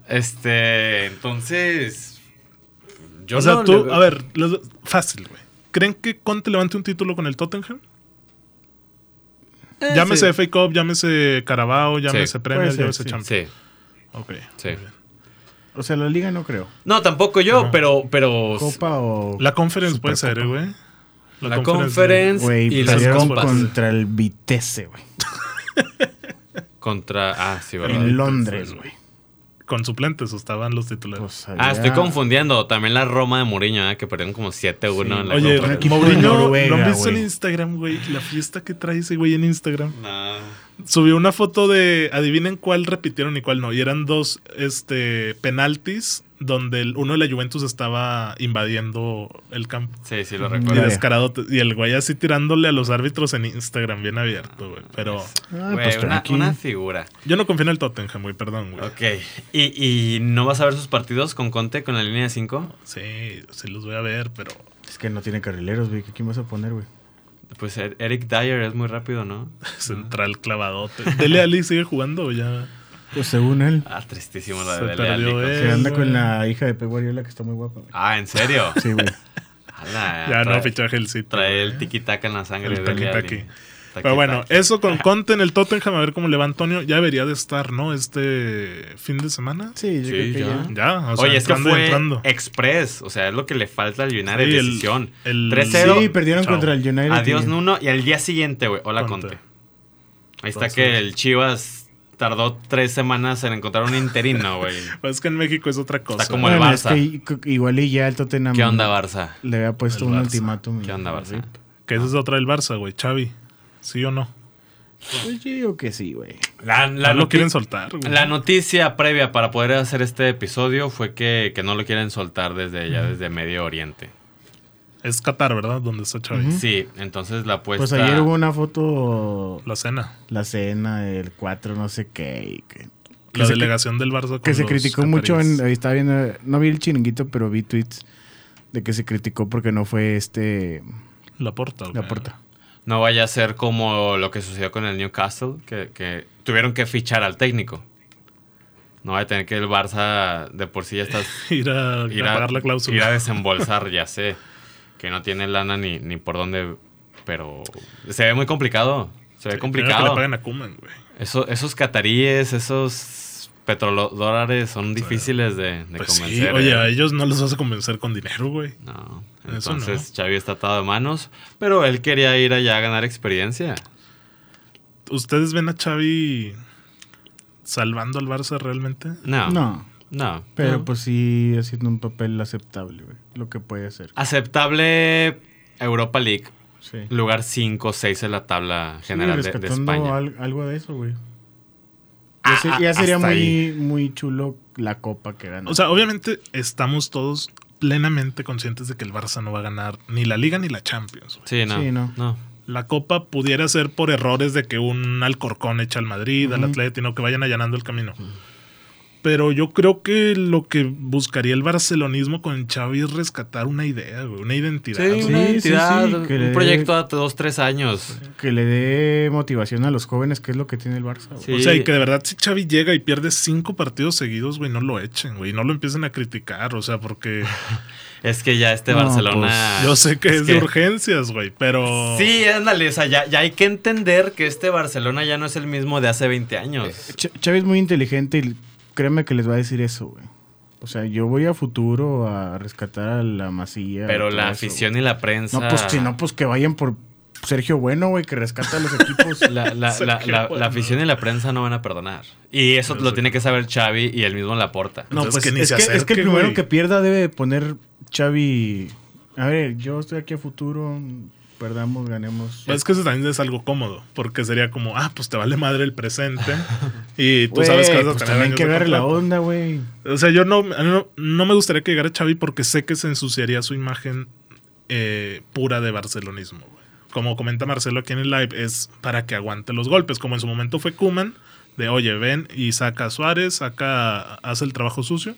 S2: este, entonces. Yo
S1: o sea,
S2: no le
S1: tú,
S2: veo-
S1: a ver, les- fácil, güey. ¿Creen que Conte levante un título con el Tottenham?
S2: Eh,
S1: llámese
S2: sí.
S1: FA Cup, llámese Carabao, llámese
S2: Sí.
S1: Premier,
S3: Puede ser,
S1: llámese
S3: sí.
S1: Champions.
S2: Sí,
S1: Ok.
S2: sí.
S1: muy bien.
S3: O sea, la liga no creo.
S2: No, tampoco yo, pero. pero
S3: Copa o.
S1: La Conference puede
S3: Supercopa.
S1: ser, güey.
S2: La, conference
S3: Güey, pues,
S2: y las
S3: perdieron
S2: compas.
S3: contra el Vitesse, güey.
S2: Contra. Ah, sí, ¿verdad?
S3: En Londres, güey.
S1: Con suplentes o estaban los titulares.
S3: Pues
S2: Ah,
S3: allá-
S2: estoy confundiendo. También la Roma de Mourinho, ¿eh? que perdieron como 7-1 en la
S1: Oye,
S3: un
S2: Conference.
S3: equipo de
S1: Mourinho, ¿no
S3: Noruega,
S1: han visto en
S3: güey.
S1: Instagram, güey? La fiesta que trae ese güey en Instagram.
S2: No.
S1: Subió una foto de, adivinen cuál repitieron y cuál no. Y eran dos este, penaltis donde el- uno de la Juventus estaba invadiendo el campo.
S2: Sí, sí, lo
S1: Y
S3: Ya.
S2: recuerdo.
S1: descarado. Y el güey así tirándole a los árbitros en Instagram, bien abierto, güey. Pero
S3: Ah,
S2: Güey,
S3: pues
S2: una,
S3: tranqui.
S2: una figura.
S1: yo no confío en el Tottenham, güey, perdón, güey.
S2: Ok. ¿Y, ¿Y no vas a ver sus partidos con Conte con la línea de 5?
S1: Sí, sí los voy a ver, pero
S3: Es que no tiene carrileros, güey. ¿Qué- ¿Quién vas a poner, güey?
S2: Pues Er- Eric Dyer es muy rápido, ¿no? Ah.
S1: central clavadote. Dele Ali sigue jugando o ya.
S3: Pues según él.
S2: Ah, tristísimo la
S1: Se
S2: de Dele
S1: perdió
S2: Alli,
S1: él.
S2: con-
S3: Que anda
S1: güey.
S3: con la hija de Pep Guardiola que está muy guapa, güey.
S2: Ah, ¿en serio?
S3: Sí, güey.
S2: Ala,
S1: Ya no
S2: Ah, trae-
S1: fichaje el City.
S2: Trae
S1: güey.
S2: el tiki-taka en la sangre
S1: El
S2: de Dele Alli.
S1: tiki-taki. Pero bueno,
S2: Tiki-taki.
S1: eso con Conte en el Tottenham, a ver cómo le va Antonio. Ya debería de estar, ¿no? Este fin de semana.
S3: Sí, yo
S2: Sí,
S3: creo que
S2: ya.
S3: ya.
S1: Ya, o sea,
S2: Oye, es que
S1: entrando y
S2: fue
S1: entrando.
S2: Express. O sea, es lo que le falta al United.
S1: Sí, el-
S2: decisión.
S1: el-
S2: 3-0.
S3: Sí, perdieron
S1: Chao.
S3: contra el United.
S2: Adiós
S3: y-
S2: Nuno y al día siguiente, güey, hola
S1: Conte.
S2: Conte. Ahí está
S1: Entonces-
S2: que el Chivas tardó tres semanas en encontrar un interino, güey.
S1: Pues es que en México es otra cosa.
S2: como el
S3: Bueno, es
S2: Barça.
S3: que i- c- igual y ya el Tottenham.
S2: ¿Qué onda, Barça?
S3: Le había puesto
S1: El
S3: un
S1: Barça.
S3: ultimátum.
S2: ¿Qué onda, Barça?
S1: Que esa es otra del Barça, güey. Xavi. ¿Sí o no?
S3: Pues yo digo que sí, güey.
S2: La,
S1: no
S2: la
S1: lo
S2: noti-
S1: quieren soltar, güey.
S2: la noticia previa para poder hacer este episodio fue que, que no lo quieren soltar desde ya, desde Medio Oriente.
S1: Es Qatar, ¿verdad? Donde está Xavi.
S2: Sí, entonces la apuesta...
S3: Pues ayer hubo una foto.
S1: La cena.
S3: La cena del 4, no sé qué. y que que
S1: La
S3: se-
S1: delegación del Barça. con
S3: Que se
S1: los
S3: criticó mucho. En, eh,
S1: cataríes.
S3: ahí estaba viendo. No vi el chiringuito, pero vi tweets de que se criticó porque no fue este.
S1: La Porta, güey.
S3: La puerta.
S2: No vaya a ser como lo que sucedió con el Newcastle, que, que tuvieron que fichar al técnico. No vaya a tener que el Barça de por sí ya está
S1: Ir a, a pagar la cláusula.
S2: ir a desembolsar, ya sé. Que no tiene lana ni, ni por dónde. Pero se ve muy complicado. Se ve
S1: Sí, primero Que le
S2: complicado.
S1: paguen a Koeman, güey.
S2: Eso- esos cataríes, esos petrodólares son difíciles de, de
S1: Pues sí,
S2: convencer.
S1: oye,
S2: ¿eh?
S1: a ellos no los vas a convencer con dinero, güey.
S2: No.
S1: Eso
S2: Entonces Xavi está atado de manos. Pero él quería ir allá a ganar experiencia.
S1: ¿Ustedes ven a Xavi salvando al Barça realmente?
S2: No. No.
S3: No. Pero pues sí, haciendo un papel aceptable, güey. Lo que puede hacer.
S2: Ah, Aceptable Europa League.
S3: Sí.
S2: Lugar 5 o 6 en la tabla
S3: Sí,
S2: general de- de,
S3: rescatando
S2: España.
S3: al- algo de eso, güey.
S2: Ah,
S3: Ya, se-
S2: ah,
S3: ya sería
S2: hasta
S3: muy,
S2: ahí.
S3: muy chulo la copa que gana.
S1: O sea, obviamente estamos todos plenamente conscientes de que el Barça no va a ganar ni la Liga ni la Champions. güey.
S2: Sí, no.
S3: Sí, no.
S2: no.
S1: La Copa pudiera ser por errores de que un Alcorcón echa al Madrid, al
S3: Ujú.
S1: Atlético, no, que vayan allanando el camino. Pero yo creo que lo que buscaría el barcelonismo con Xavi es rescatar una idea, güey, una identidad.
S2: Sí,
S1: güey.
S2: una
S3: sí,
S2: entidad,
S3: sí, que le-
S2: un proyecto a dos, tres años.
S3: que le dé motivación a los jóvenes, que es lo que tiene el Barça. güey.
S2: Sí.
S1: O sea, y que de verdad si Xavi llega y pierde cinco partidos seguidos, güey, no lo echen, güey, no lo empiecen a criticar, o sea, porque
S2: Es que ya este
S3: No, pues,
S2: Barcelona.
S1: yo sé que es,
S2: que-
S1: de urgencias, güey, pero...
S2: Sí, ándale, o sea, ya, ya hay que entender que este Barcelona ya no es el mismo de hace 20 años.
S3: Ch- Xavi es muy inteligente y créeme que les va a decir eso, güey. O sea, yo voy a futuro a rescatar a la masilla.
S2: Pero
S3: y todo
S2: la
S3: eso,
S2: afición y la prensa.
S3: güey. No, pues si no, pues que vayan por Sergio Bueno, güey, que rescata a los equipos.
S2: La, la-
S1: Se
S2: la-
S1: qué
S2: la- la
S1: bueno.
S2: afición y la prensa no van a perdonar. Y eso lo tiene que saber Xavi y él mismo la porta.
S3: No,
S1: Entonces,
S3: pues
S1: que ni
S3: es,
S1: se
S3: que, es que
S1: acerque,
S3: el primero
S1: güey.
S3: que pierda debe poner Xavi. A ver, yo estoy aquí a futuro, perdamos, ganemos.
S1: Pues es que eso también es algo cómodo, porque sería como, ah, pues te vale madre el presente y tú
S3: Güey,
S1: sabes que vas a
S3: pues
S1: tener
S3: también
S1: años
S3: que
S1: de
S3: agarre la
S1: contrato.
S3: onda, güey.
S1: O sea, yo no, a mí no, no me gustaría que llegara Xavi porque sé que se ensuciaría su imagen eh, pura de barcelonismo. güey. Como comenta Marcelo aquí en el live, es para que aguante los golpes, como en su momento fue Kuman, de oye, ven y saca a Suárez, saca, hace el trabajo sucio.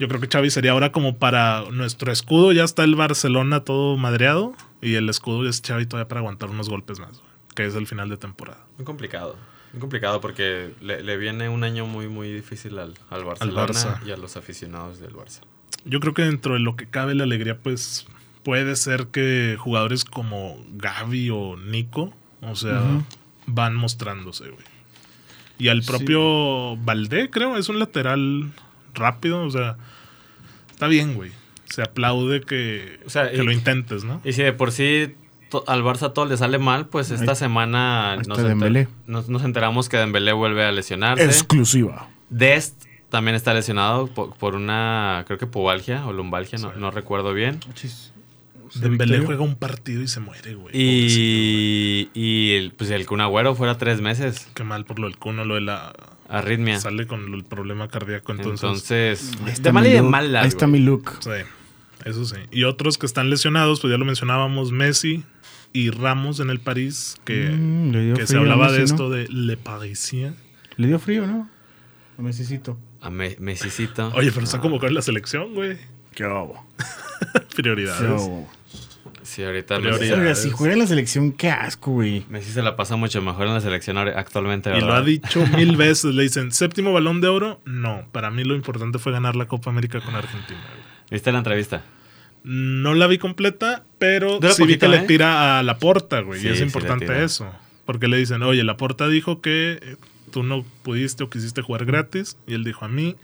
S1: Yo creo que Xavi sería ahora como para nuestro escudo, ya está el Barcelona todo madreado y el escudo es Xavi todavía para aguantar unos golpes más, güey, que es el final de temporada.
S2: Muy complicado. Muy complicado porque le, le viene un año muy, muy difícil al, al Barcelona
S1: Barça.
S2: y a los aficionados del Barça.
S1: Yo creo que dentro de lo que cabe la alegría, pues puede ser que jugadores como Gaby o Nico, o sea, van mostrándose, güey. Y al propio Valdé, creo, es un lateral rápido, o sea, está bien, güey. Se aplaude que,
S2: O sea, eh,
S1: que
S2: y-
S1: lo intentes, ¿no?
S2: Y si de por sí to- al Barça todo le sale mal, pues esta semana
S3: ahí está
S2: nos, enter-
S3: Dembélé.
S2: nos- nos enteramos que Dembélé vuelve a
S1: Ah,
S2: lesionarse.
S3: Exclusiva.
S2: Dest también está lesionado po- por, una, creo que pubalgia o lumbalgia, no, no recuerdo bien.
S1: Dembélé juega un partido y se muere, güey. Pobrecito.
S2: Y, y el- pues el Kun Agüero fuera tres meses,
S1: Qué mal por lo del cuno, lo de la...
S2: arritmia.
S1: Sale con el problema cardíaco, entonces...
S2: Entonces, de mal y de mal
S3: Ahí está mi look.
S1: Sí, eso sí. Y otros que están lesionados, pues ya lo mencionábamos, Messi y Ramos en el París, que,
S3: Mm, le dio
S1: que se
S3: frío a
S1: hablaba
S3: Messi,
S1: de
S3: ¿no?
S1: esto de Le Parisien.
S3: Le dio frío, ¿no? A Mesicito.
S2: A Me- Messicito.
S1: Oye, pero está
S2: Ah,
S1: convocado en la selección, güey.
S3: Qué bobo.
S1: Prioridades.
S2: Sí, ahorita
S1: Prioridades.
S2: Messi-
S3: Oiga, si juega en la selección, qué asco, güey.
S2: Messi se la pasa mucho mejor en la selección ahora- actualmente,
S1: Y
S2: ¿verdad?
S1: lo ha dicho mil veces. Le dicen, ¿séptimo balón de oro? No. Para mí lo importante fue ganar la Copa América con Argentina. güey.
S2: ¿Viste la entrevista?
S1: No la vi completa, pero
S2: Dura
S1: sí vi
S2: poquito,
S1: que
S2: ¿eh?
S1: le tira a la porta, güey.
S2: Sí,
S1: y es
S2: sí le
S1: importante
S2: tira.
S1: eso. Porque le dicen, oye, la porta dijo que eh, tú no pudiste o quisiste jugar gratis. Y él dijo, a mí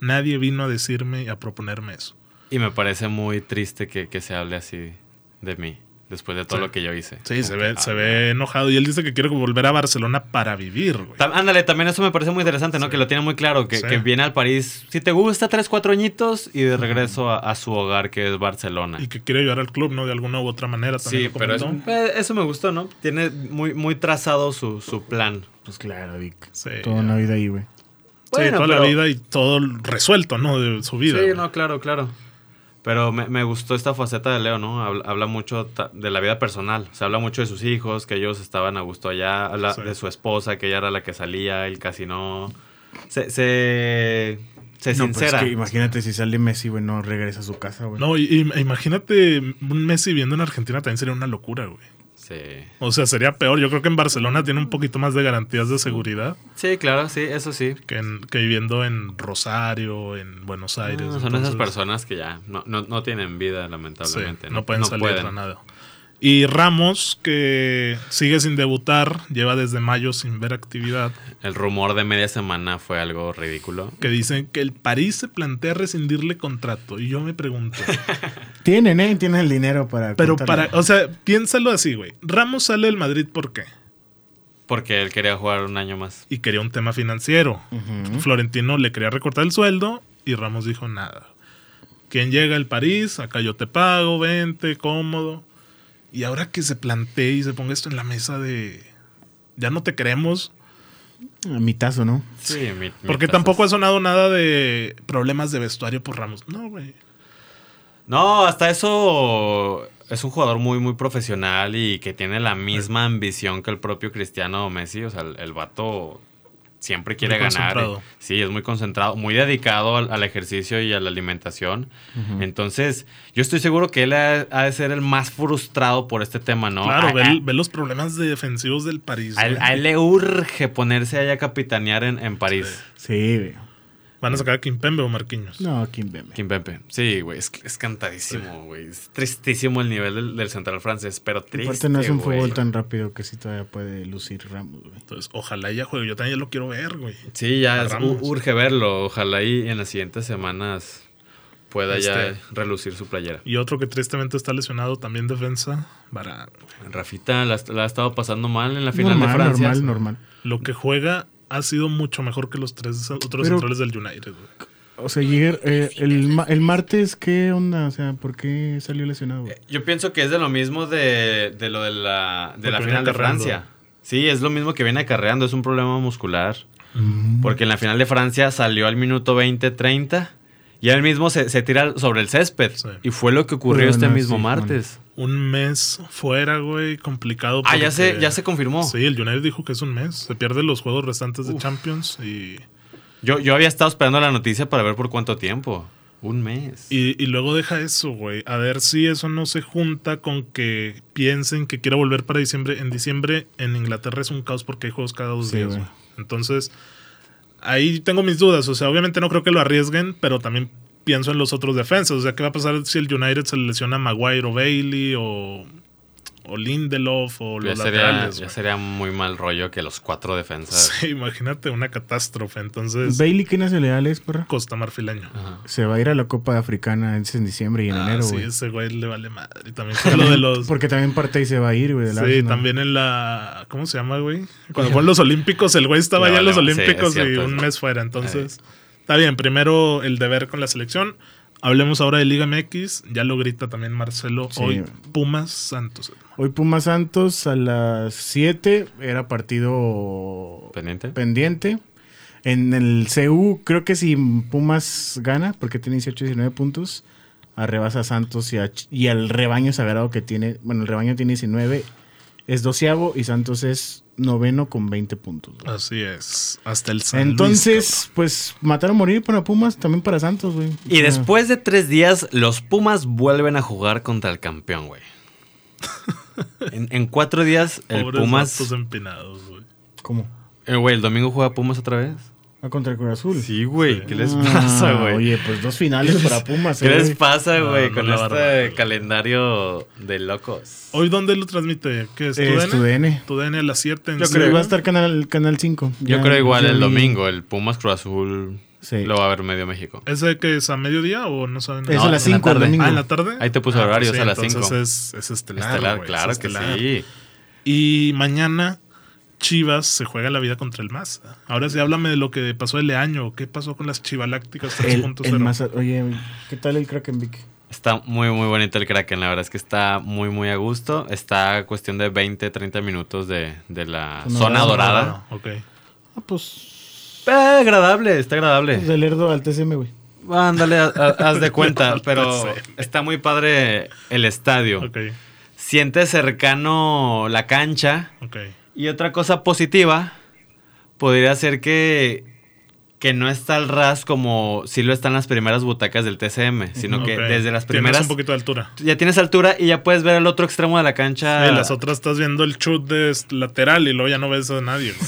S1: nadie vino a decirme y a proponerme eso.
S2: Y me parece muy triste que, que se hable así de mí, después de todo
S1: Sí.
S2: lo que yo hice.
S1: Sí, se
S2: Como
S1: ve,
S2: que,
S1: se
S2: ah,
S1: ve enojado. Y él dice que quiere volver a Barcelona para vivir, güey.
S2: Tam- ándale, también eso me parece muy interesante, ¿no? Que lo tiene muy claro, que,
S1: Sí.
S2: que viene al París, si te gusta, tres, cuatro añitos y de regreso a, a su hogar, que es Barcelona.
S1: Y que quiere ayudar al club, ¿no? De alguna u otra manera también.
S2: Sí,
S1: lo
S2: pero eso,
S1: comentó.
S2: eh, eso me gustó, ¿no? Tiene muy, muy trazado su, su plan.
S3: Pues claro, Vic.
S1: Sí.
S3: Toda una vida ahí, güey.
S1: sí,
S2: Bueno,
S1: toda la
S2: pero-
S1: vida y todo resuelto, ¿no? De su vida.
S2: Sí,
S1: güey.
S2: no, claro, claro. Pero me, me gustó esta faceta de Leo, ¿no? Habla, habla mucho ta- de la vida personal. Se habla mucho de sus hijos, que ellos estaban a gusto allá. Habla
S1: Sí.
S2: de su esposa, que ella era la que salía, el casino. Se, se, se
S3: No, pues
S2: sincera.
S3: es que imagínate si sale Messi, güey, no regresa a su casa, güey.
S1: No, y, y- imagínate un Messi viviendo en Argentina también sería una locura, güey.
S2: Sí.
S1: O sea, sería peor. Yo creo que en Barcelona tiene un poquito más de garantías de seguridad
S2: Sí, claro, sí, eso sí.
S1: que, en- que viviendo en Rosario, en Buenos
S2: Ah,
S1: Aires.
S2: son esas
S1: Entonces,
S2: personas que ya no, no, no tienen vida,
S1: sí,
S2: lamentablemente.
S1: no pueden salir a nada. Y Ramos, que sigue sin debutar, lleva desde mayo sin ver actividad,
S2: El rumor de media semana fue algo ridículo.
S1: que dicen que el París se plantea rescindirle contrato. Y yo me pregunto,
S3: Tienen, ¿eh? Tienen el dinero para.
S1: pero
S3: contarle.
S1: para, o sea, piénsalo así, güey. Ramos sale del Madrid, ¿por qué?
S2: Porque él quería jugar un año más.
S1: y quería un tema financiero. Florentino le quería recortar el sueldo y Ramos dijo nada. ¿Quién llega al París? Acá yo te pago, vente, cómodo. Y ahora que se plantee y se ponga esto en la mesa de ya no te queremos,
S3: A mitazo, ¿no?
S2: Sí, mi- mi
S1: porque
S2: tasa
S1: tampoco
S2: es-
S1: ha sonado nada de problemas de vestuario por Ramos. No, güey.
S2: No, hasta eso es un jugador muy, muy profesional y que tiene la misma ambición que el propio Cristiano Messi. O sea, el, el vato siempre quiere ganar.
S1: concentrado.
S2: Sí, es muy concentrado, muy dedicado al, al ejercicio y a la alimentación. Entonces, yo estoy seguro que él ha, ha de ser el más frustrado por este tema, ¿no?
S1: claro,
S2: A-
S1: ve,
S2: a-
S1: ve los problemas de defensivos del París.
S2: a él,
S1: güey.
S2: a él le urge ponerse allá a capitanear en, en París.
S3: Sí, güey.
S1: Van a sacar a Kimpembe o Marquinhos.
S3: No, Kim Bembe.
S2: Kim Pempe. Sí, güey, es, es cantadísimo, güey. Es tristísimo el nivel del, del central francés, pero triste,
S3: Aparte, no es un
S2: güey.
S3: fútbol tan rápido que sí todavía puede lucir Ramos, güey.
S1: Entonces, ojalá ya juegue. Yo también ya lo quiero ver, güey.
S2: Sí, ya
S1: A
S2: es-
S1: Ramos.
S2: u- urge verlo. Ojalá y en las siguientes semanas pueda ya
S1: Este.
S2: relucir su playera.
S1: Y otro que tristemente está lesionado también defensa, Varane.
S2: Rafita la, la ha estado pasando mal en la final
S3: normal,
S2: de Francia.
S3: normal, normal.
S1: Lo que juega ha sido mucho mejor que los tres otros
S3: Pero-
S1: centrales del United. güey.
S3: O sea, Jigger, eh, el, ma- el martes, ¿qué onda? O sea, ¿por qué salió lesionado? güey?
S2: Eh, Yo pienso que es de lo mismo de, de lo de la, de
S1: Lo
S2: la
S1: que viene
S2: final de
S1: acarreando.
S2: Francia. Sí, es lo mismo que viene acarreando, es un problema muscular.
S3: Mm.
S2: Porque en la final de Francia salió al minuto 20-30 y él mismo se, se tira sobre el césped.
S1: Sí.
S2: Y fue lo que ocurrió
S3: Pero
S2: este
S3: no,
S2: mismo
S3: sí,
S2: martes.
S1: un mes fuera, güey, complicado.
S2: Ah, ya
S1: porque-
S2: se, ya se confirmó.
S1: Sí, el United dijo que es un mes. Se pierden los juegos restantes de Champions y,
S2: Yo, yo había estado esperando la noticia para ver por cuánto tiempo. Un mes.
S1: y, y luego deja eso, güey. A ver si eso no se junta con que piensen que quiera volver para diciembre. En diciembre en Inglaterra es un caos porque hay juegos cada dos
S3: Sí,
S1: días,
S3: güey.
S1: güey. Entonces, ahí tengo mis dudas. O sea, obviamente no creo que lo arriesguen, pero también pienso en los otros defensas. O sea, ¿qué va a pasar si el United se le lesiona a Maguire o Bailey o, o Lindelof o
S2: ya,
S1: los
S2: sería,
S1: laterales?
S2: ya
S1: güey?
S2: sería muy mal rollo que los cuatro defensas.
S1: Sí, imagínate una catástrofe. Entonces,
S3: Bailey, ¿qué nacionalidad es, perra?
S1: Costa Marfileño.
S3: Se va a ir a la Copa Africana es en diciembre y en
S1: Ah,
S3: enero,
S1: sí,
S3: güey.
S1: ese güey le vale madre. Y también fue lo de los.
S3: Porque también parte y se va a ir, güey. del
S1: Sí,
S3: Arsenal.
S1: también en la. ¿Cómo se llama, güey? Cuando fue en los Olímpicos, el güey estaba
S2: Le
S1: allá en los
S2: vale, sí,
S1: Olímpicos
S2: es cierto,
S1: y un
S2: es-
S1: mes fuera. Entonces, está bien. Primero el deber con la selección. Hablemos ahora de Liga MX. Ya lo grita también Marcelo
S3: Sí.
S1: hoy. Pumas Santos.
S3: Hoy Pumas Santos a las 7 era partido
S2: ¿Pendiente?
S3: pendiente. En el CU, creo que si Pumas gana, porque tiene 18 19 puntos, arrebasa a Santos y, a Ch- y al rebaño sagrado que tiene. Bueno, el rebaño tiene 19, es doceavo y Santos es noveno con 20 puntos. güey.
S1: Así es. Hasta el San Luis,
S3: Entonces, pues matar o morir para Pumas, también para Santos, güey. O
S2: Y
S3: sea,
S2: después de tres días, los Pumas vuelven a jugar contra el campeón, güey. En, en cuatro días,
S1: cabrón.
S2: el
S1: Pobres
S2: Pumas.
S1: vatos empinados, güey.
S3: ¿Cómo?
S2: Eh, Güey, el domingo juega Pumas otra vez.
S3: ¿A contra el Cruz Azul?
S2: Sí, güey. ¿Qué les
S3: Ah,
S2: pasa, güey?
S3: Oye, pues dos finales para Pumas.
S2: ¿Qué
S3: eh,
S2: les
S3: güey.
S2: pasa,
S1: No,
S2: güey,
S1: no
S2: con
S1: la
S2: este
S1: barbaridad.
S2: calendario de locos?
S1: ¿Hoy dónde lo transmite? ¿Qué es? ¿Tu
S3: Eh,
S1: DN?
S3: es tu DN.
S1: Tu DN a las 7 en
S2: Yo
S3: Sí,
S1: Sky,
S2: creo.
S3: va
S1: ¿no?
S3: a estar Canal, canal 5.
S2: Yo
S3: Ya-
S2: creo igual
S3: ya
S2: el
S3: vi.
S2: domingo, el Pumas Cruz Azul
S3: Sí.
S2: lo va a ver medio México.
S1: ¿Ese que es a mediodía o no saben?
S3: Es
S2: No,
S3: a las
S2: en la
S3: 5 el
S2: tarde.
S3: domingo.
S1: Ah, en la tarde.
S2: Ahí te puso
S1: Ah,
S2: horarios,
S1: pues
S2: a las
S1: entonces
S2: cinco.
S1: es, es estelar.
S2: Estelar,
S1: güey,
S2: claro
S1: es
S2: que
S1: estelar.
S2: sí.
S1: Y mañana Chivas se juega la vida contra el Maza. Ahora sí, háblame de lo que pasó el año. ¿Qué pasó con las Chivalácticas
S3: El,
S1: 3.0?
S3: el Maza- Oye, ¿qué tal el Kraken Vic?
S2: Está muy, muy bonito el Kraken. La verdad es que está muy, muy a gusto. Está a cuestión de 20, 30 minutos de, de la
S3: Zona
S2: zona
S3: dorada.
S2: dorada.
S1: Ah, ok.
S3: Ah, pues
S2: Eh, agradable, está agradable.
S3: del Erdo al TSM, güey.
S2: Ándale, ha- ha- haz de cuenta.
S1: Al
S2: Pero
S1: tercero.
S2: está muy padre el estadio.
S1: Ok,
S2: Sientes cercano la cancha.
S1: ok.
S2: Y otra cosa positiva podría ser que, que no está al ras como si lo están las primeras butacas del TCM, sino que
S1: Mm, Ok.
S2: desde
S1: Tienes
S2: las primeras
S1: un poquito de altura.
S2: ya tienes altura y ya puedes ver el otro extremo de la cancha.
S1: Y las otras estás viendo el chut de s- lateral y luego ya no ves a nadie. güey.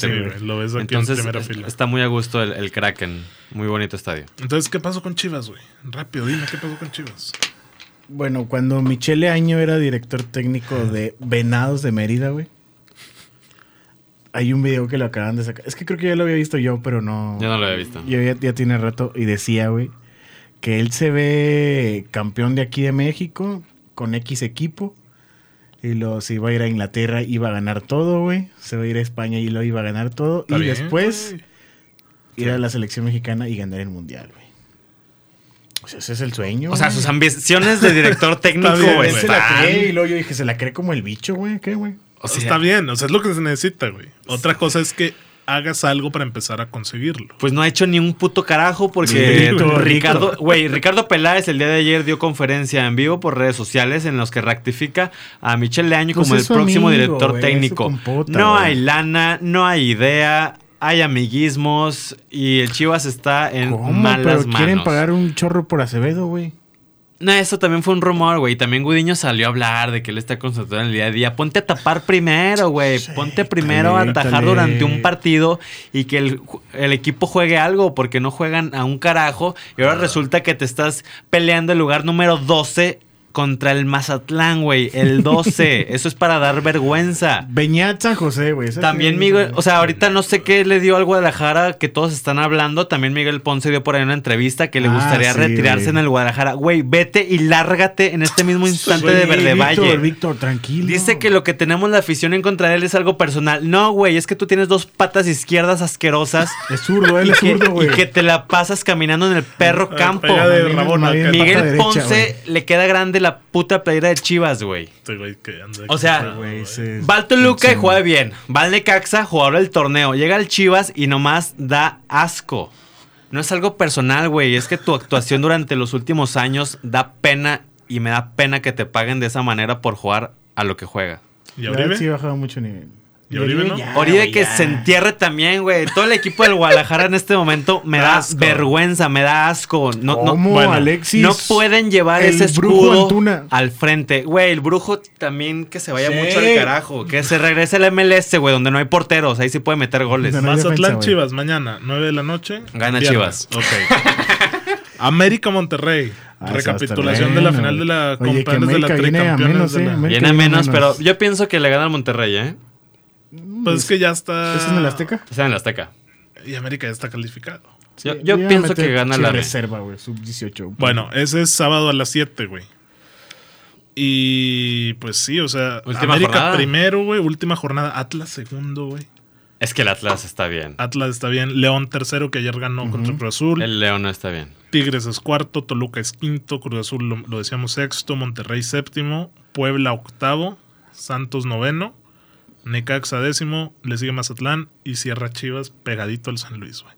S1: Sí,
S2: güey.
S1: güey, lo ves aquí en
S2: Entonces,
S1: primera
S2: es-
S1: fila.
S2: está muy a gusto el, el Kraken. Muy bonito estadio.
S1: Entonces, ¿qué pasó con Chivas, güey? Rápido, dime qué pasó con Chivas.
S3: Bueno, cuando Michele Año era director técnico de Venados de Mérida, güey. Hay un video que lo acaban de sacar. Es que creo que ya lo había visto yo, pero no.
S2: Yo no lo había visto.
S3: Yo ya, ya tiene rato y decía, güey, que él se ve campeón de aquí de México con X equipo. Y lo se iba a ir a Inglaterra, iba a ganar todo, güey. Se va a ir a España y lo iba a ganar todo.
S1: Está
S3: y
S1: bien,
S3: después
S1: güey.
S3: ir a la selección mexicana y ganar el mundial, güey. O sea, ese es el sueño.
S2: O sea,
S3: güey.
S2: sus ambiciones de director técnico
S1: Está bien,
S2: güey,
S3: Él se la
S2: están-
S3: cree y luego yo dije, se la cree como el bicho, güey. ¿Qué, güey?
S2: o sea,
S1: está bien, o sea, es lo que se necesita, güey. Otra cosa es que hagas algo para empezar a conseguirlo.
S2: Pues no ha hecho ni un puto carajo
S3: Ni
S2: porque
S3: grito, ni
S2: Ricardo, güey, Ricardo Peláez el día de ayer dio conferencia en vivo por redes sociales en los que rectifica a Michelle Leaño
S3: Pues
S2: como
S3: es
S2: el
S3: su
S2: próximo
S3: amigo,
S2: director
S3: güey, es su
S2: técnico.
S3: compota,
S2: no
S3: güey.
S2: hay lana, no hay idea, hay amiguismos y el Chivas está en
S3: ¿Cómo? Pero
S2: malas
S3: quieren
S2: manos.
S3: pagar un chorro por Acevedo, güey.
S2: No, eso también fue un rumor, güey. y También Gudiño salió a hablar de que él está concentrado en el día a día. Ponte a tapar primero, güey. Ponte primero a
S3: también,
S2: atajar
S3: también.
S2: durante un partido y que el, ju- el equipo juegue algo, porque no juegan a un carajo. Y ahora resulta que te estás peleando el lugar número 12 contra el Mazatlán, güey. El 12. eso es para dar vergüenza.
S3: Beñat San José, güey. ese
S2: También
S3: sí,
S2: Miguel, o sea, ahorita no sé qué le dio al Guadalajara que todos están hablando. También Miguel Ponce dio por ahí una entrevista que le
S3: Ah,
S2: gustaría
S3: sí,
S2: retirarse
S3: güey.
S2: en el Guadalajara. Güey, vete y lárgate en este mismo instante de
S3: Oye,
S2: Verde
S3: Víctor,
S2: Valle.
S3: Víctor, tranquilo.
S2: Dice que lo que tenemos la afición en contra de él es algo personal. No, güey, es que tú tienes dos patas izquierdas asquerosas
S3: Es zurdo, él
S2: y
S3: es
S2: que,
S3: zurdo,
S2: y
S3: güey.
S2: que te la pasas caminando en el perro campo.
S1: Pega de
S3: Miguel-
S1: Rabona,
S3: Miguel-
S1: acá.
S3: Miguel-
S2: Miguel
S3: pata derecha,
S2: Ponce le queda grande la puta playera de Chivas, güey.
S1: Este güey que anda de
S2: O sea,
S1: comprado,
S3: Güey,
S1: güey.
S3: ese es-
S2: Va al Toluca y juega bien. Va al Necaxa, jugador del torneo. Llega al Chivas y nomás da asco. No es algo personal, güey. Es que tu actuación durante los últimos años da pena y me da pena que te paguen de esa manera por jugar a lo que juegas.
S1: ¿Y
S3: La verdad,
S1: Oribe?
S3: Sí, bajaba mucho nivel.
S1: ¿Y Oribe, no?
S3: ya,
S2: Oribe
S3: Ah, güey,
S2: que
S3: ya.
S2: se entierre también, güey. Todo el equipo del Guadalajara en este momento me da
S1: Asco.
S2: vergüenza, me da asco. No, no,
S3: ¿Cómo,
S1: bueno,
S3: Alexis?
S2: no pueden llevar
S3: el
S2: ese
S3: brujo
S2: escudo
S3: Antuna.
S2: al frente. Güey, el brujo también que se vaya
S3: Sí.
S2: mucho al carajo. Que se regrese al MLS, güey, donde no hay porteros. Ahí sí puede meter goles.
S3: No, no. hay defensa,
S1: Mazatlán
S3: güey.
S1: Chivas, mañana, 9 de la noche.
S2: Gana Chivas.
S1: Ok. América Monterrey.
S3: Ah, eso va a estar
S1: Recapitulación de
S3: bueno,
S1: la final de la
S3: güey. Oye, que
S1: Campeones de la
S3: América viene a
S1: Tricampeones
S3: menos,
S1: de
S3: eh,
S1: la-
S3: América.
S2: Viene menos,
S3: menos.
S2: pero yo pienso que le gana al Monterrey, ¿eh?
S1: Pues es que ya está.
S3: ¿Eso Mm, es en el Azteca?
S2: O sea, en la Azteca.
S1: Y América ya está calificado.
S2: Yo, yo
S3: Iba a
S2: pienso que
S3: meter
S2: gana
S3: sin
S2: la
S3: reserva, güey, sub 18.
S1: Bueno, ese es sábado a las 7, güey. Y pues sí, o sea,
S2: Última
S1: América
S2: jornada.
S1: primero, güey, última jornada, Atlas segundo, güey.
S2: Es que el Atlas está bien.
S1: Atlas está bien, León tercero que ayer ganó contra Cruz Azul,
S2: El León no está bien.
S1: Tigres es cuarto, Toluca es quinto, Cruz Azul lo, lo decíamos sexto, Monterrey séptimo, Puebla octavo, Santos noveno, Necaxa décimo, le sigue Mazatlán y Sierra Chivas pegadito al San Luis, güey.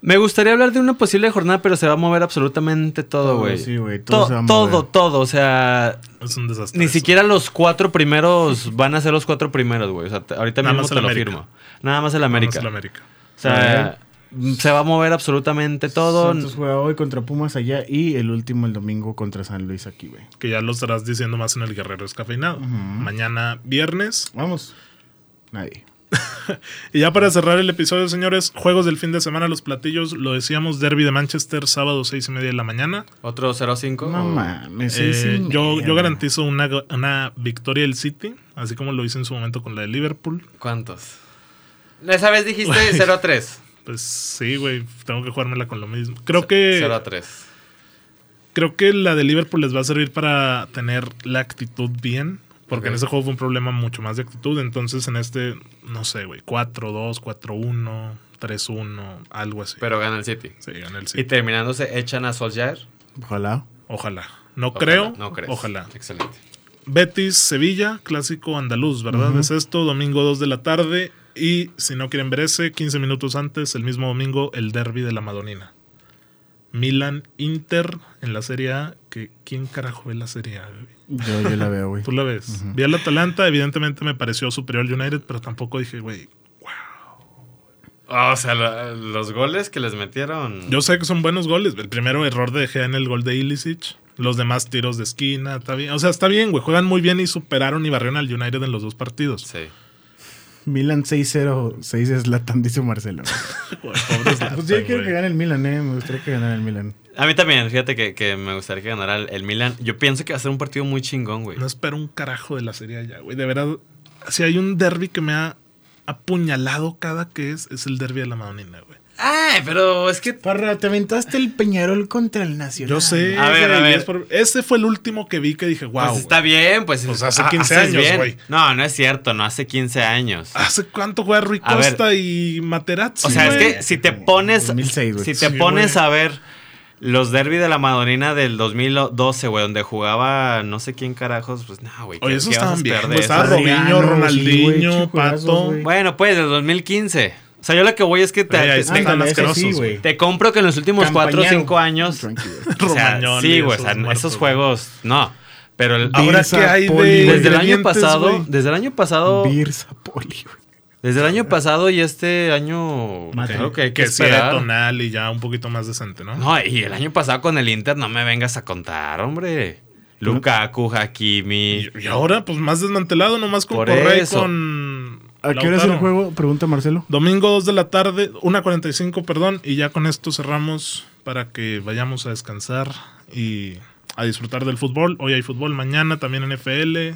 S2: Me gustaría hablar de una posible jornada, pero se va a mover absolutamente todo,
S3: Todo,
S2: güey.
S3: sí, güey,
S2: todo,
S3: todo se va a mover.
S2: todo, todo. O sea,
S1: Es un desastre.
S2: ni
S1: eso.
S2: siquiera los cuatro primeros van a ser los cuatro primeros, güey. O sea, te- ahorita
S1: Nada
S2: mismo
S1: más
S2: te
S1: el
S2: lo
S1: América.
S2: firmo. Nada más el
S1: Vamos
S2: América.
S1: a la América.
S2: O sea, se va a mover absolutamente todo.
S3: Santos juega hoy contra Pumas allá y el último el domingo contra San Luis aquí, güey.
S1: Que ya lo estarás diciendo más en el Guerrero Escafeinado. Mañana viernes.
S3: Vamos. Nadie.
S1: Y ya para cerrar el episodio, señores, juegos del fin de semana, los platillos, lo decíamos, Derby de Manchester, sábado seis y media de la mañana.
S2: Otro 0-5.
S3: No mames.
S1: Oh, Eh,
S3: seis y
S1: yo,
S3: media,
S1: yo
S3: güey.
S1: garantizo una, una victoria del City, así como lo hice en su momento con la de Liverpool.
S2: ¿Cuántos? Esa vez dijiste 0-3.
S1: Pues sí, güey, tengo que jugármela con lo mismo. Creo que,
S2: 0-3.
S1: creo que la de Liverpool les va a servir para tener la actitud bien. Porque en
S2: Ok.
S1: ese juego fue un problema mucho más de actitud. Entonces en este, no sé, güey, 4-2, 4-1, 3-1, algo así.
S2: Pero gana el City.
S1: sí, gana el City.
S2: Y terminándose, echan a Solskjaer.
S3: Ojalá.
S1: Ojalá. No
S2: Ojalá,
S1: creo.
S2: No crees.
S1: Ojalá.
S2: Excelente.
S1: Betis, Sevilla, clásico andaluz, ¿verdad? Es esto, domingo 2 de la tarde. Y si no quieren ver ese, 15 minutos antes, el mismo domingo, el derby de la Madonina. Milan, Inter en la Serie A. Que, ¿Quién carajo ve la Serie A? güey?
S3: Yo, yo la veo, güey.
S1: Tú la ves. Vi al Atalanta, evidentemente me pareció superior al United, pero tampoco dije, güey.
S2: Ah, o sea, la- los goles que les metieron.
S1: Yo sé que son buenos goles. El primero error de Gea en el gol de Ilicic. Los demás tiros de esquina, está bien. O sea, está bien, güey. Juegan muy bien y superaron y barrieron al United en los dos partidos.
S2: Sí.
S3: Milan 6-0, 6 es Latan, dice Marcelo.
S1: Güey, pobre Zlatan,
S3: Pues yo quiero
S1: Ah, güey.
S3: que gane el Milan, eh. Me gustaría que ganara el Milan.
S2: A mí también, fíjate que, que me gustaría que ganara el, el Milan. Yo pienso que va a ser un partido muy chingón, güey.
S1: No espero un carajo de la serie allá, güey. De verdad, si hay un derby que me ha apuñalado cada que es, es el derby de la Madonina, güey.
S2: Ay, pero es que. pues,
S3: Parra, te aventaste el Peñarol contra el Nacional.
S1: Yo sé.
S2: A ver,
S1: güey,
S2: a
S1: y
S2: ver.
S1: es por- Ese fue el último que vi que dije, wow.
S2: pues está bien, pues.
S1: Pues hace
S2: ha-
S1: 15
S2: haces
S1: años,
S2: bien.
S1: güey. Ah,
S2: No, no es cierto, no hace 15 años.
S1: ¿Hace cuánto juega Rui
S2: A ver.
S1: Costa y Materazzi?
S2: o sea, es
S1: güey?
S2: que si te pones.
S3: 2006, güey.
S2: si te
S1: Sí,
S2: pones
S1: güey.
S2: a ver los derby de la Madonina del 2012, güey, donde jugaba no sé quién carajos, pues no, güey.
S1: Oye,
S2: ¿qué-
S1: esos
S2: qué vas a
S1: estaban bien.
S2: esperar
S1: güey.
S2: de
S1: Estaba
S2: eso?
S3: Adriano,
S1: Robinho,
S3: sí, güey,
S1: Ronaldinho,
S3: chicos,
S1: Pato.
S3: juegazos, güey.
S2: Bueno, pues del 2015. O sea, yo lo que voy es que te,
S1: Oye, ahí
S2: te-
S1: está.
S2: te-
S1: están
S3: Ándale, ese
S1: asquerosos,
S3: sí,
S1: güey.
S3: güey.
S2: te compro que en los últimos 4 o
S3: Campañaro.
S2: 5 años.
S3: Tranquilo.
S2: O sea,
S1: Romagnoli,
S2: sí, güey. o sea,
S1: esos muertos,
S2: esos
S1: güey.
S2: juegos, no. Pero el-
S3: Ahora,
S1: Ahora que hay de.
S3: Poli,
S2: desde el año
S1: ingredientes,
S2: pasado,
S1: güey?
S2: desde el año pasado,
S3: Birsa Poli, güey.
S2: desde el año pasado y este año,
S3: Mate.
S2: creo que hay que
S1: Que sí,
S2: esperar.
S1: tonal y ya un poquito más decente, ¿no?
S2: No, y el año pasado con el Inter no me vengas a contar, hombre. Lukaku, Hakimi.
S1: Y, y ahora, pues más desmantelado, nomás con
S2: Por
S1: Correa y
S2: eso.
S1: con.
S3: ¿A qué hora es el
S1: Lautaro.
S3: juego? Pregunta Marcelo.
S1: Domingo 2 de la tarde, 1.45, perdón, y ya con esto cerramos para que vayamos a descansar y a disfrutar del fútbol. Hoy hay fútbol, mañana también NFL.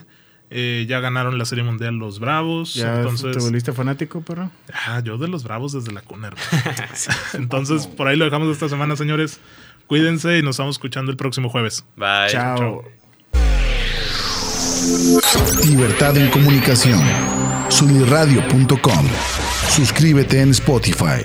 S1: eh, ya ganaron la Serie Mundial los Bravos.
S3: ¿Ya
S1: entonces,
S3: futbolista fanático, perro?
S1: Ah, yo de los Bravos desde la cuna. hermano. entonces, por ahí lo dejamos esta semana, señores. Cuídense y nos estamos escuchando el próximo jueves.
S2: Bye.
S3: Chao.
S5: Libertad en comunicación. Sunirradio.com. Suscríbete en Spotify.